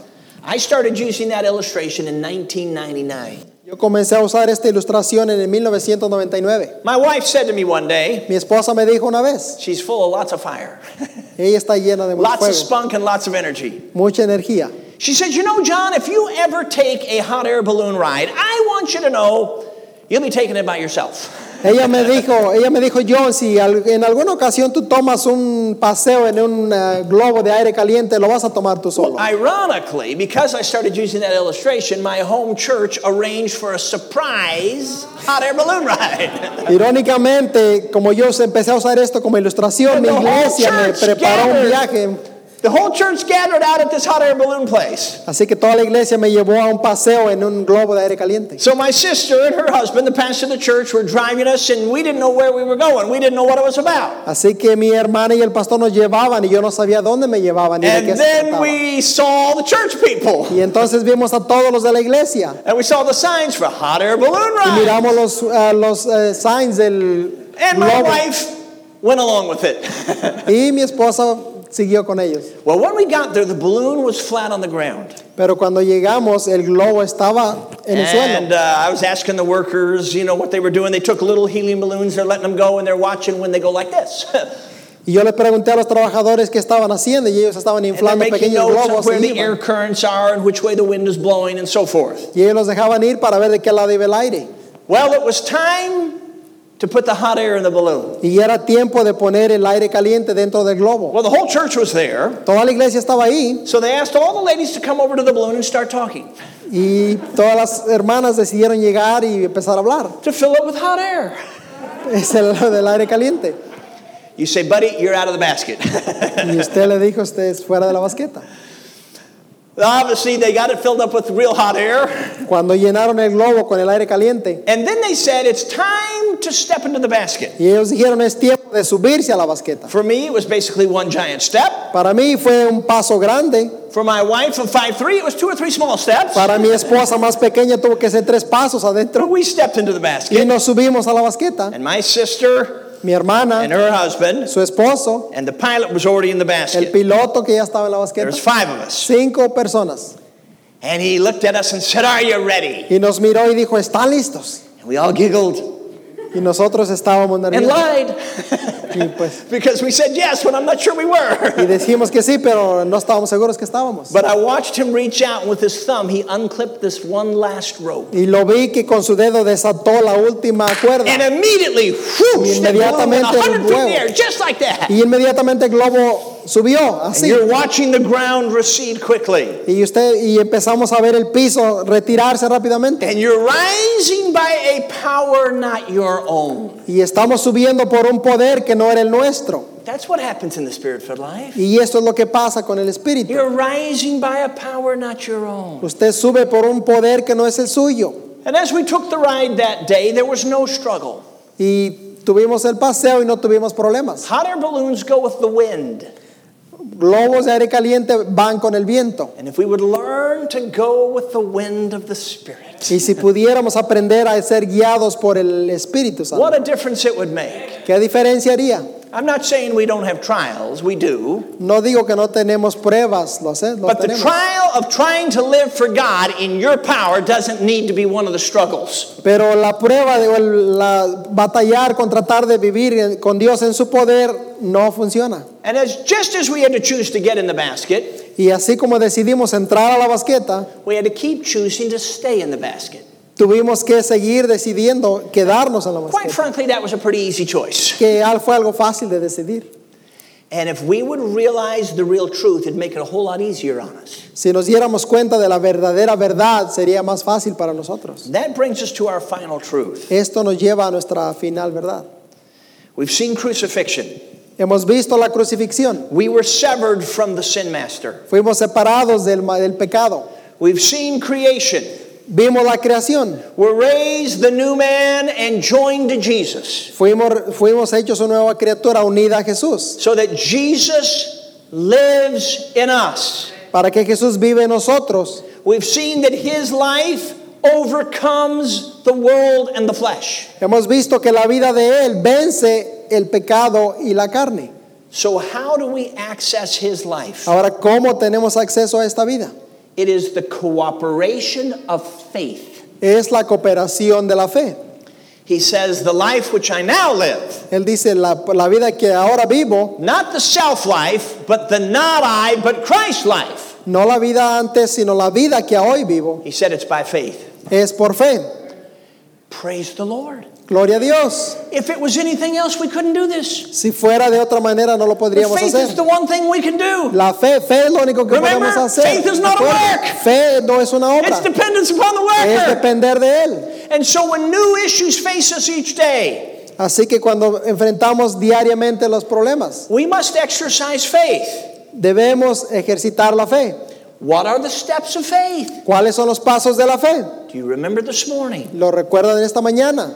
Speaker 1: I started using that illustration in 1999.
Speaker 2: Yo comencé a usar esta ilustración en el 1999.
Speaker 1: My wife said to me one day,
Speaker 2: Mi esposa me dijo una vez,
Speaker 1: she's full of lots of fire,
Speaker 2: ella está llena de mucho
Speaker 1: lots of
Speaker 2: fuego,
Speaker 1: spunk, and lots of energy.
Speaker 2: mucha energía.
Speaker 1: She said, You know, John, if you ever take a hot air balloon ride, I want you to know you'll be taking it by yourself.
Speaker 2: Ella me dijo, ella me dijo, John, si al- en alguna ocasión tú tomas un paseo en un eh, globo de aire caliente, lo vas a tomar tú solo.
Speaker 1: Ironically, because I started using that illustration, my home church arranged for a surprise hot air balloon ride.
Speaker 2: Irónicamente, como yo empecé a usar esto como ilustración, mi
Speaker 1: The whole
Speaker 2: iglesia me
Speaker 1: oh, church
Speaker 2: preparó un
Speaker 1: gathered.
Speaker 2: viaje.
Speaker 1: the whole church gathered out at this hot air balloon place.
Speaker 2: Así que toda la iglesia me llevó a un paseo en un globo de aire caliente.
Speaker 1: So my sister and her husband, the pastor of the church, were driving us, and we didn't know where we were going. We didn't know what it was about.
Speaker 2: Así que mi hermana y el pastor nos llevaban y yo no sabía dónde me llevaban ni de
Speaker 1: And
Speaker 2: qué se
Speaker 1: then
Speaker 2: trataba.
Speaker 1: we saw the church people,
Speaker 2: Y entonces vimos a todos los de la iglesia.
Speaker 1: and we saw the signs for hot air balloon
Speaker 2: Y
Speaker 1: ride.
Speaker 2: miramos los, eh, los eh, signs del
Speaker 1: And my
Speaker 2: globo.
Speaker 1: wife went along with it.
Speaker 2: Y mi esposa siguió con ellos.
Speaker 1: well, when we got there, the balloon was flat on the ground,
Speaker 2: Pero cuando llegamos, el globo estaba en el suelo.
Speaker 1: and uh, I was asking the workers, you know, what they were doing. They took little helium balloons, they're letting them go, and they're watching when they go like this,
Speaker 2: Y yo les pregunté a los trabajadores qué estaban haciendo y ellos estaban
Speaker 1: and they're
Speaker 2: inflando
Speaker 1: making
Speaker 2: pequeños
Speaker 1: notes of
Speaker 2: globos.
Speaker 1: where
Speaker 2: y
Speaker 1: the air
Speaker 2: iban.
Speaker 1: currents are and which way the wind is blowing, and so forth.
Speaker 2: Y ellos los dejaban ir para ver de qué lado iba el aire.
Speaker 1: Well, it was time to put the hot air in the balloon.
Speaker 2: Y era tiempo de poner el aire caliente dentro del globo.
Speaker 1: Well, the whole church was there,
Speaker 2: Toda la iglesia estaba ahí
Speaker 1: so they asked all the ladies to come over to the balloon and start talking
Speaker 2: y todas las hermanas decidieron llegar y empezar a hablar.
Speaker 1: to fill it with hot air.
Speaker 2: Es el del aire caliente.
Speaker 1: You say, buddy, you're out of the basket.
Speaker 2: Y usted le dijo, usted es fuera de la basqueta.
Speaker 1: Obviously, they got it filled up with real hot air.
Speaker 2: Cuando llenaron el globo con el aire caliente
Speaker 1: And then they said, it's time to step into the basket.
Speaker 2: y ellos dijeron, es tiempo de subirse a la basqueta.
Speaker 1: For me, it was basically one giant step.
Speaker 2: Para mí fue un paso grande.
Speaker 1: For my wife of 5'3, it was two or three small steps.
Speaker 2: Para mi esposa más pequeña tuvo que hacer tres pasos adentro.
Speaker 1: We stepped into the
Speaker 2: Y
Speaker 1: basket.
Speaker 2: nos subimos a la basqueta.
Speaker 1: And my sister
Speaker 2: Mi
Speaker 1: and
Speaker 2: hermana,
Speaker 1: her husband,
Speaker 2: su esposo,
Speaker 1: and the pilot was already in the
Speaker 2: el
Speaker 1: basket.
Speaker 2: piloto que ya estaba en la basqueta.
Speaker 1: There's five of us.
Speaker 2: Cinco personas.
Speaker 1: And he looked at us and said, Are you ready?
Speaker 2: Y nos miró y dijo, ¿están listos?
Speaker 1: And we all giggled
Speaker 2: Y nosotros estábamos
Speaker 1: and
Speaker 2: nerviosos.
Speaker 1: lied
Speaker 2: Y, pues,
Speaker 1: because we said yes when I'm not sure we
Speaker 2: y
Speaker 1: were.
Speaker 2: decimos que sí, pero no estábamos seguros que estábamos.
Speaker 1: But I watched him reach out and with his thumb, he unclipped this one last rope.
Speaker 2: Y lo vi que con su dedo desató la última cuerda.
Speaker 1: And immediately, whoosh, that balloon went
Speaker 2: Inmediatamente
Speaker 1: 100 feet in
Speaker 2: el
Speaker 1: the
Speaker 2: huevo.
Speaker 1: air, just like that.
Speaker 2: Y inmediatamente el globo subió,
Speaker 1: And
Speaker 2: así.
Speaker 1: you're watching the ground recede quickly.
Speaker 2: Y, usted, y empezamos a ver el piso retirarse rápidamente.
Speaker 1: And you're rising by a power not your own.
Speaker 2: Y estamos subiendo por un poder que no era el nuestro.
Speaker 1: That's what happens in the spirit filled life.
Speaker 2: Y esto es lo que pasa con el Espíritu.
Speaker 1: You're rising by a power not your own.
Speaker 2: Usted sube por un poder que no es el suyo.
Speaker 1: And as we took the ride that day, there was no struggle.
Speaker 2: Y tuvimos el paseo y no tuvimos problemas.
Speaker 1: Hot air balloons go with the wind.
Speaker 2: globos de aire caliente van con el viento.
Speaker 1: And if we would learn to go with the wind of the Spirit,
Speaker 2: Y si pudiéramos aprender a ser guiados por el Espíritu Santo,
Speaker 1: what a difference it would make.
Speaker 2: ¿qué diferencia haría?
Speaker 1: I'm not saying we don't have trials, we do.
Speaker 2: No digo que no tenemos pruebas, lo sé, lo
Speaker 1: But the
Speaker 2: tenemos.
Speaker 1: trial of trying to live for God in your power doesn't need to be one of the struggles.
Speaker 2: Pero la prueba de el- la, batallar con tratar de vivir en- con Dios en su poder no funciona.
Speaker 1: And as just as we had to choose to get in the basket,
Speaker 2: Y así como decidimos entrar a la basqueta,
Speaker 1: we had to keep choosing to stay in the basket.
Speaker 2: tuvimos que seguir decidiendo quedarnos en la
Speaker 1: Quite
Speaker 2: basqueta.
Speaker 1: frankly, that was a pretty easy choice.
Speaker 2: Que al- fue algo fácil de decidir.
Speaker 1: And if we would realize the real truth, it'd make it a whole lot easier on us.
Speaker 2: Si nos diéramos cuenta de la verdadera verdad, sería más fácil para nosotros.
Speaker 1: That brings us to our final truth.
Speaker 2: Esto nos lleva a nuestra final verdad.
Speaker 1: We've seen crucifixion.
Speaker 2: Hemos visto la crucifixión.
Speaker 1: We were severed from the sin master.
Speaker 2: Fuimos separados del, ma- del pecado.
Speaker 1: We've seen creation.
Speaker 2: Vimos la creación.
Speaker 1: We're raised the new man and joined to Jesus
Speaker 2: Fuimos, fuimos hechos una nueva criatura unida a Jesús.
Speaker 1: so that Jesus lives in us.
Speaker 2: Para que Jesús vive en nosotros.
Speaker 1: We've seen that his life overcomes the world and the flesh.
Speaker 2: Hemos visto que la vida de Él vence el pecado y la carne.
Speaker 1: So, how do we access his life?
Speaker 2: Ahora, ¿cómo tenemos acceso a esta vida?
Speaker 1: It is the cooperation of faith.
Speaker 2: Es la cooperación de la fe.
Speaker 1: He says, The life which I now live,
Speaker 2: Él dice, la, la vida que ahora vivo,
Speaker 1: not the self life, but the not I, but Christ life.
Speaker 2: no la vida antes, sino la vida que hoy vivo,
Speaker 1: He said, It's by faith.
Speaker 2: es por fe.
Speaker 1: Praise the Lord.
Speaker 2: Gloria a Dios.
Speaker 1: If it was anything else, we couldn't do this.
Speaker 2: Si fuera de otra manera, no lo
Speaker 1: But
Speaker 2: podríamos
Speaker 1: faith is
Speaker 2: hacer.
Speaker 1: the one thing we can do.
Speaker 2: La fe, fe es lo único que
Speaker 1: Remember,
Speaker 2: podemos hacer.
Speaker 1: faith is not a
Speaker 2: Recuerda,
Speaker 1: work.
Speaker 2: Fe no es una
Speaker 1: It's
Speaker 2: obra.
Speaker 1: dependence upon the
Speaker 2: Es
Speaker 1: worker.
Speaker 2: depender de Él.
Speaker 1: And so when new issues face us each day,
Speaker 2: Así que cuando enfrentamos diariamente los problemas,
Speaker 1: we must exercise faith.
Speaker 2: debemos ejercitar la fe.
Speaker 1: What are the steps of faith?
Speaker 2: ¿Cuáles son los pasos de la fe?
Speaker 1: Do you remember this morning?
Speaker 2: Lo recuerdan en esta mañana.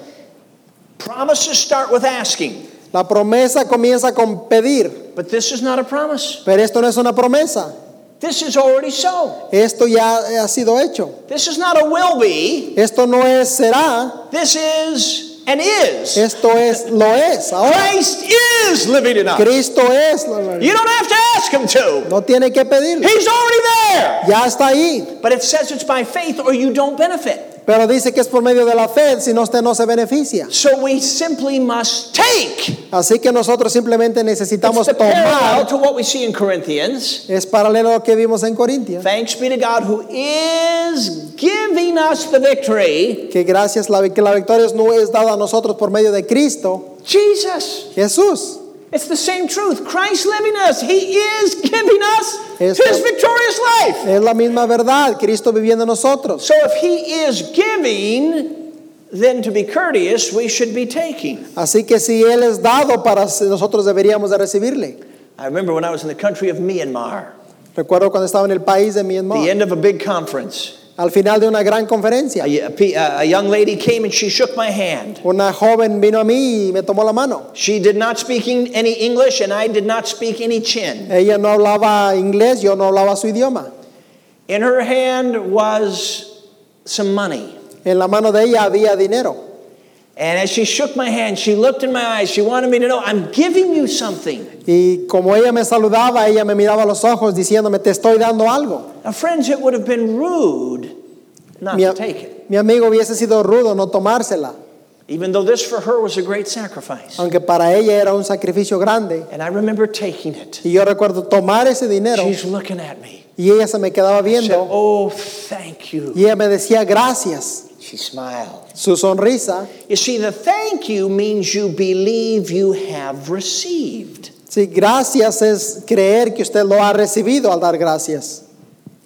Speaker 1: Promises start with asking,
Speaker 2: La promesa comienza con pedir,
Speaker 1: but this is not a promise.
Speaker 2: pero esto no es una promesa.
Speaker 1: This is already so.
Speaker 2: Esto ya ha sido hecho.
Speaker 1: This is not a will be.
Speaker 2: Esto no es será,
Speaker 1: This is and is.
Speaker 2: esto es lo es. Ahora
Speaker 1: Christ is living in us.
Speaker 2: Cristo es. lo- lo-
Speaker 1: You don't have to ask him to.
Speaker 2: No tiene que pedirlo.
Speaker 1: He's already there.
Speaker 2: Ya está ahí,
Speaker 1: But it says it's by faith or you don't benefit.
Speaker 2: pero dice que es por medio de la fe, si no usted no se beneficia.
Speaker 1: So we simply must take.
Speaker 2: Así que nosotros simplemente necesitamos
Speaker 1: It's the parallel
Speaker 2: tomar.
Speaker 1: to what we see in Corinthians.
Speaker 2: Es paralelo a lo que vimos en Corintios,
Speaker 1: Thanks be to God who is giving us the victory.
Speaker 2: que gracias la, que la victoria no es dada a nosotros por medio de Cristo,
Speaker 1: Jesus.
Speaker 2: Jesús.
Speaker 1: It's the same truth. Christ living us. He is giving us his
Speaker 2: Yes, sir.
Speaker 1: victorious life.
Speaker 2: Es la misma verdad, Cristo viviendo en nosotros.
Speaker 1: So if he is giving, then to be courteous, we should be taking.
Speaker 2: Así que si Él es dado para si- nosotros deberíamos de recibirle.
Speaker 1: I remember when I was in the country of Myanmar,
Speaker 2: Recuerdo cuando estaba en el país de
Speaker 1: the
Speaker 2: Myanmar,
Speaker 1: end of a big conference,
Speaker 2: al final de una gran conferencia,
Speaker 1: a, a pe- a young lady came and she shook my hand.
Speaker 2: una joven vino a mí y me tomó la mano.
Speaker 1: She did not speak in- any English, and I did not speak any Chin.
Speaker 2: Ella no hablaba inglés, yo no hablaba su idioma.
Speaker 1: In her hand was some money.
Speaker 2: En la mano de ella había dinero.
Speaker 1: And as she shook my hand, she looked in my eyes. She wanted me to know, I'm giving you something.
Speaker 2: Y como ella me saludaba, ella me miraba a los ojos diciéndome, te estoy dando algo.
Speaker 1: Now, friends, it would have been rude not
Speaker 2: Mi,
Speaker 1: to take it,
Speaker 2: mi amigo hubiese sido rudo no tomársela,
Speaker 1: even though this for her was a great sacrifice.
Speaker 2: aunque para ella era un sacrificio grande.
Speaker 1: And I remember taking it.
Speaker 2: Y yo recuerdo tomar ese dinero
Speaker 1: She's looking at me.
Speaker 2: y ella se me quedaba
Speaker 1: She
Speaker 2: viendo.
Speaker 1: said, Oh, thank you.
Speaker 2: Y ella me decía gracias.
Speaker 1: She smiled.
Speaker 2: Su sonrisa
Speaker 1: You see, the thank you means you believe you have received.
Speaker 2: Sí, gracias es creer que usted lo ha recibido al dar gracias.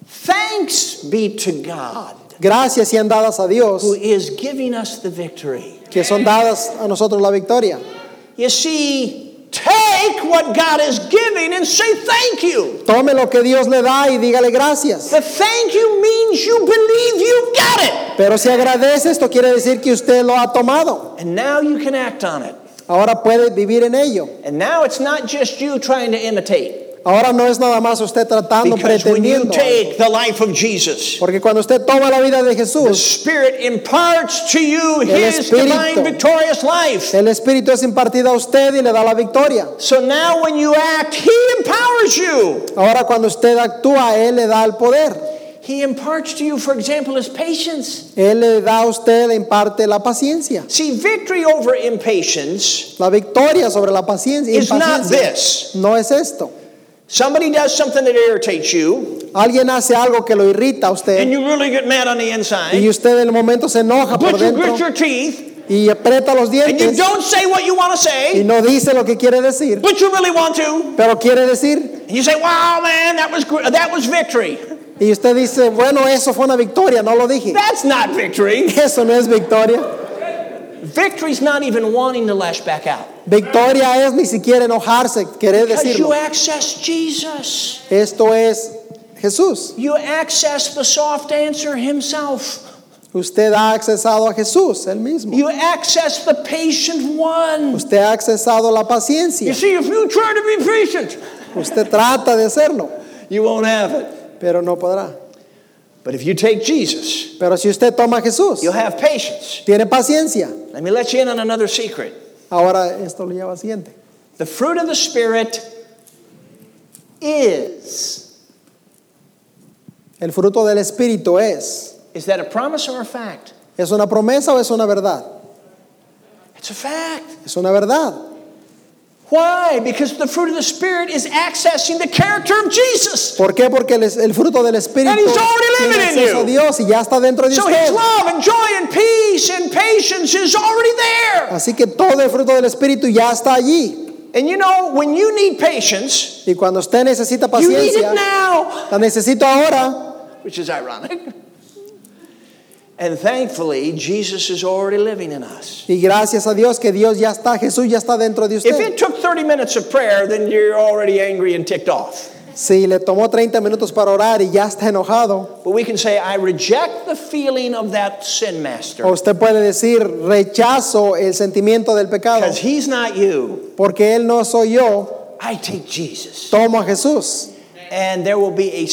Speaker 1: Thanks be to God
Speaker 2: Gracias sean dadas a
Speaker 1: who
Speaker 2: Dios,
Speaker 1: is giving us the victory.
Speaker 2: que son dadas a nosotros la victoria.
Speaker 1: You see, take what God is giving and say thank you.
Speaker 2: Tome lo que Dios le da y dígale gracias.
Speaker 1: The thank you means you believe you got it.
Speaker 2: Pero si agradece, esto quiere decir que usted lo ha tomado.
Speaker 1: And now you can act on it.
Speaker 2: Ahora puede vivir en ello.
Speaker 1: And now it's not just you trying to imitate.
Speaker 2: ahora no es nada más usted tratando,
Speaker 1: Because when you
Speaker 2: pretendiendo.
Speaker 1: take the life of Jesus,
Speaker 2: Porque cuando usted toma la vida de
Speaker 1: the
Speaker 2: Jesús,
Speaker 1: Spirit imparts to you His
Speaker 2: Espíritu.
Speaker 1: divine victorious life.
Speaker 2: el Espíritu es impartido a usted y le da la victoria.
Speaker 1: So now when you act, He empowers you.
Speaker 2: Ahora cuando usted actúa, Él le da el poder.
Speaker 1: He imparts to you, for example, His patience.
Speaker 2: Él le da a usted, le imparte la paciencia.
Speaker 1: See, victory over impatience
Speaker 2: La victoria sobre la paciencia.
Speaker 1: is not
Speaker 2: impaciencia.
Speaker 1: this.
Speaker 2: No es esto.
Speaker 1: Somebody does something that irritates you,
Speaker 2: Alguien hace algo que lo irrita a
Speaker 1: and
Speaker 2: usted
Speaker 1: you really get mad on the
Speaker 2: y
Speaker 1: inside,
Speaker 2: usted en el momento se enoja por
Speaker 1: but you grit
Speaker 2: dentro
Speaker 1: your teeth,
Speaker 2: y aprieta los
Speaker 1: and you
Speaker 2: dientes
Speaker 1: don't say what you want to
Speaker 2: y
Speaker 1: say,
Speaker 2: no dice lo que quiere decir,
Speaker 1: but you really want to.
Speaker 2: pero quiere decir.
Speaker 1: And you say, "Wow, man, that was gr- that was victory."
Speaker 2: Y usted dice, bueno, eso fue una victoria, no lo dije.
Speaker 1: That's not victory.
Speaker 2: Eso no es victoria.
Speaker 1: Victory's not even wanting to lash back out.
Speaker 2: Victoria es ni siquiera enojarse, querer
Speaker 1: Because you
Speaker 2: decirlo.
Speaker 1: access Jesus.
Speaker 2: Esto es Jesús.
Speaker 1: You access the soft answer himself.
Speaker 2: Usted ha accesado a Jesús, él mismo.
Speaker 1: You access the patient one.
Speaker 2: Usted ha accesado la
Speaker 1: You
Speaker 2: paciencia.
Speaker 1: see, if you try to be patient,
Speaker 2: Usted trata de hacerlo,
Speaker 1: you won't have it.
Speaker 2: pero no podrá.
Speaker 1: But if you take Jesus,
Speaker 2: Pero si usted toma a Jesús,
Speaker 1: you'll have patience.
Speaker 2: tiene paciencia.
Speaker 1: Let me let you in on another secret.
Speaker 2: Ahora esto lo lleva al siguiente.
Speaker 1: The fruit of the Spirit is.
Speaker 2: El fruto del Espíritu es.
Speaker 1: Is that a promise or a fact?
Speaker 2: ¿Es una promesa o es una verdad?
Speaker 1: It's a fact.
Speaker 2: Es una verdad.
Speaker 1: Why? Because the fruit of the Spirit is accessing the character of Jesus.
Speaker 2: ¿Por qué? Porque el, es- el fruto del Espíritu
Speaker 1: And he's already
Speaker 2: tiene
Speaker 1: living in
Speaker 2: acceso a
Speaker 1: you.
Speaker 2: Dios y ya está dentro de
Speaker 1: So
Speaker 2: usted.
Speaker 1: his love and joy and peace and patience is already there.
Speaker 2: Así que todo el fruto del Espíritu ya está allí.
Speaker 1: And you know, when you need patience,
Speaker 2: Y cuando usted necesita
Speaker 1: you need
Speaker 2: paciencia,
Speaker 1: it now,
Speaker 2: la necesito ahora.
Speaker 1: which is ironic. And thankfully, Jesus is already living in us.
Speaker 2: Y gracias a Dios que Dios ya está, Jesús ya está dentro de
Speaker 1: If
Speaker 2: usted.
Speaker 1: it took 30 minutes of prayer, then you're already angry and ticked off.
Speaker 2: Si le tomó 30 minutos para orar y ya está enojado,
Speaker 1: But we can say, I reject the feeling of that sin
Speaker 2: o
Speaker 1: master
Speaker 2: usted puede decir rechazo el sentimiento del pecado,
Speaker 1: because he's not you.
Speaker 2: porque él no soy yo,
Speaker 1: I take Jesus.
Speaker 2: tomo a Jesús.
Speaker 1: And there will be a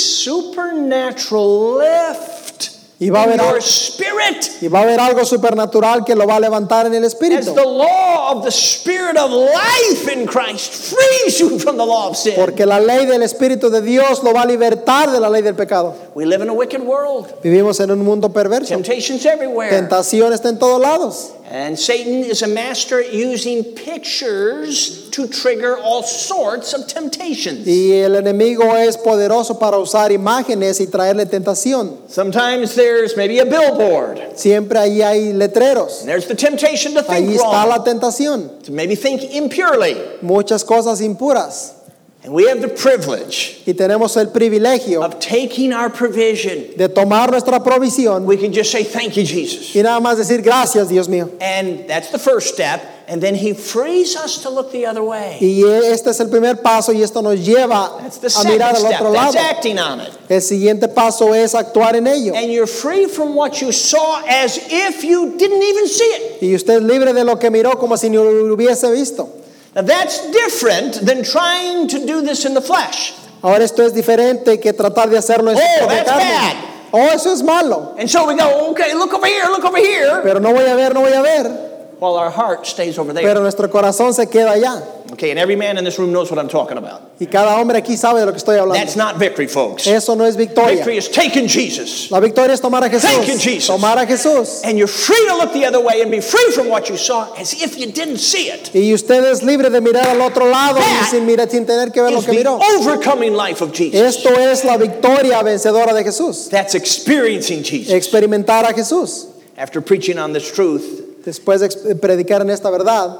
Speaker 1: supernatural lift
Speaker 2: Y va a
Speaker 1: in
Speaker 2: haber-
Speaker 1: your spirit
Speaker 2: Y va a haber algo supernatural que lo va a levantar en el
Speaker 1: as
Speaker 2: espíritu.
Speaker 1: the law of the spirit of life in Christ frees you from the law of sin.
Speaker 2: Porque la ley del Espíritu de Dios lo va a libertar de la ley del pecado.
Speaker 1: We live in a wicked world.
Speaker 2: Vivimos en un mundo perverso.
Speaker 1: Temptations everywhere.
Speaker 2: Tentación está en todos lados.
Speaker 1: And Satan is a master at using pictures to trigger all sorts of temptations.
Speaker 2: Y el enemigo es poderoso para usar imágenes y traerle tentación.
Speaker 1: Sometimes there's maybe a billboard. And
Speaker 2: Siempre ahí hay letreros.
Speaker 1: there's the temptation to
Speaker 2: Ahí
Speaker 1: think
Speaker 2: está
Speaker 1: wrong,
Speaker 2: la tentación.
Speaker 1: to maybe think impurely.
Speaker 2: Muchas cosas impuras.
Speaker 1: And we have the privilege
Speaker 2: Y tenemos el privilegio
Speaker 1: of taking our provision.
Speaker 2: de tomar nuestra provisión
Speaker 1: We can just say, Thank you, Jesus.
Speaker 2: y nada más decir gracias, Dios mío.
Speaker 1: And that's the first step. And then He frees us to look the other way.
Speaker 2: Y este es el primer paso y esto nos lleva
Speaker 1: That's the
Speaker 2: a
Speaker 1: second
Speaker 2: mirar al
Speaker 1: step.
Speaker 2: otro
Speaker 1: That's
Speaker 2: lado.
Speaker 1: acting on it.
Speaker 2: El siguiente paso es actuar en ello.
Speaker 1: And you're free from what you saw as if you didn't even see it.
Speaker 2: Y usted es libre de lo que miró como si no lo hubiese visto.
Speaker 1: Now, that's different than trying to do this in the flesh.
Speaker 2: Ahora esto es diferente que tratar de hacerlo en su
Speaker 1: Oh,
Speaker 2: propia
Speaker 1: that's
Speaker 2: carne. Oh, eso es malo.
Speaker 1: And so we go, Okay, look over here, look over here.
Speaker 2: Pero no voy a ver, no voy a ver.
Speaker 1: While our heart stays over there.
Speaker 2: Pero nuestro corazón se queda allá.
Speaker 1: Okay, and every man in this room knows what I'm talking about.
Speaker 2: Y cada hombre aquí sabe de lo que estoy hablando.
Speaker 1: That's not victory, folks.
Speaker 2: Eso no es victoria.
Speaker 1: Victory is taking Jesus.
Speaker 2: La victoria es tomar a
Speaker 1: Thank you, Jesus.
Speaker 2: Jesús. Tomar a Jesús.
Speaker 1: And you're free to look the other way and be free from what you saw as if you didn't see it.
Speaker 2: Y usted es libre de mirar al otro lado y
Speaker 1: That
Speaker 2: sin, mirar, sin tener que ver lo
Speaker 1: It's
Speaker 2: que
Speaker 1: the
Speaker 2: miró.
Speaker 1: overcoming life of Jesus.
Speaker 2: Esto es la victoria vencedora de Jesús.
Speaker 1: That's experiencing Jesus.
Speaker 2: Experimentar a Jesús.
Speaker 1: After preaching on this truth,
Speaker 2: Después de ex- eh, predicar en esta verdad.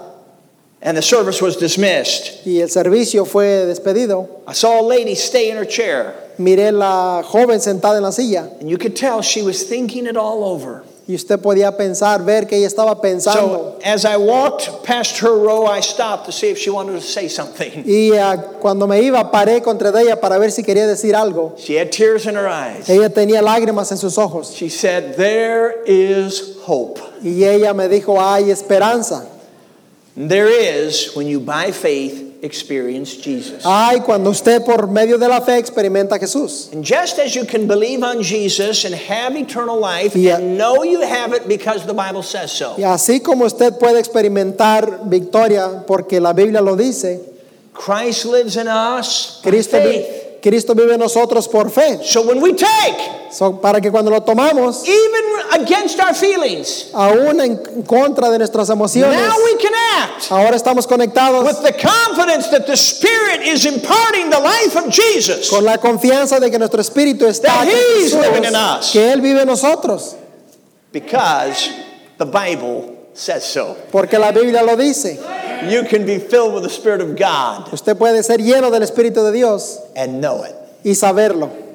Speaker 1: and the service was dismissed,
Speaker 2: y el servicio fue despedido,
Speaker 1: I saw a lady stay in her chair,
Speaker 2: miré la joven sentada en la silla
Speaker 1: and you could tell she was thinking it all over.
Speaker 2: y usted podía pensar, ver que ella estaba
Speaker 1: So
Speaker 2: pensando.
Speaker 1: as I walked past her row, I stopped to see if she wanted to say something.
Speaker 2: y ah, cuando me iba, paré contra de ella para ver si quería decir algo.
Speaker 1: She had tears in her eyes.
Speaker 2: Ella tenía lágrimas en sus ojos
Speaker 1: She said, There is hope.
Speaker 2: y ella me dijo, hay esperanza.
Speaker 1: There is, when you by faith experience Jesus.
Speaker 2: Ay, cuando usted por medio de la fe experimenta a Jesús.
Speaker 1: And just as you can believe on Jesus and have eternal life
Speaker 2: Yeah.
Speaker 1: and know you have it because the Bible says so,
Speaker 2: Y así como usted puede experimentar victoria, porque la Biblia lo dice,
Speaker 1: Christ lives in us. by
Speaker 2: Cristo, vi-
Speaker 1: faith.
Speaker 2: Cristo vive en nosotros por fe.
Speaker 1: So when we take,
Speaker 2: So, para que cuando lo tomamos,
Speaker 1: even against our feelings,
Speaker 2: aún en contra de nuestras emociones,
Speaker 1: now we can act
Speaker 2: ahora
Speaker 1: with
Speaker 2: estamos conectados
Speaker 1: the confidence that the Spirit is imparting the life of Jesus.
Speaker 2: con la confianza de que nuestro espíritu está
Speaker 1: That
Speaker 2: con
Speaker 1: He's
Speaker 2: Jesús,
Speaker 1: living in us.
Speaker 2: que Él vive en nosotros,
Speaker 1: Because the Bible says so.
Speaker 2: porque la Biblia lo dice.
Speaker 1: You can be filled with the Spirit of God
Speaker 2: Usted puede ser lleno del Espíritu de Dios
Speaker 1: and know it.
Speaker 2: y saberlo.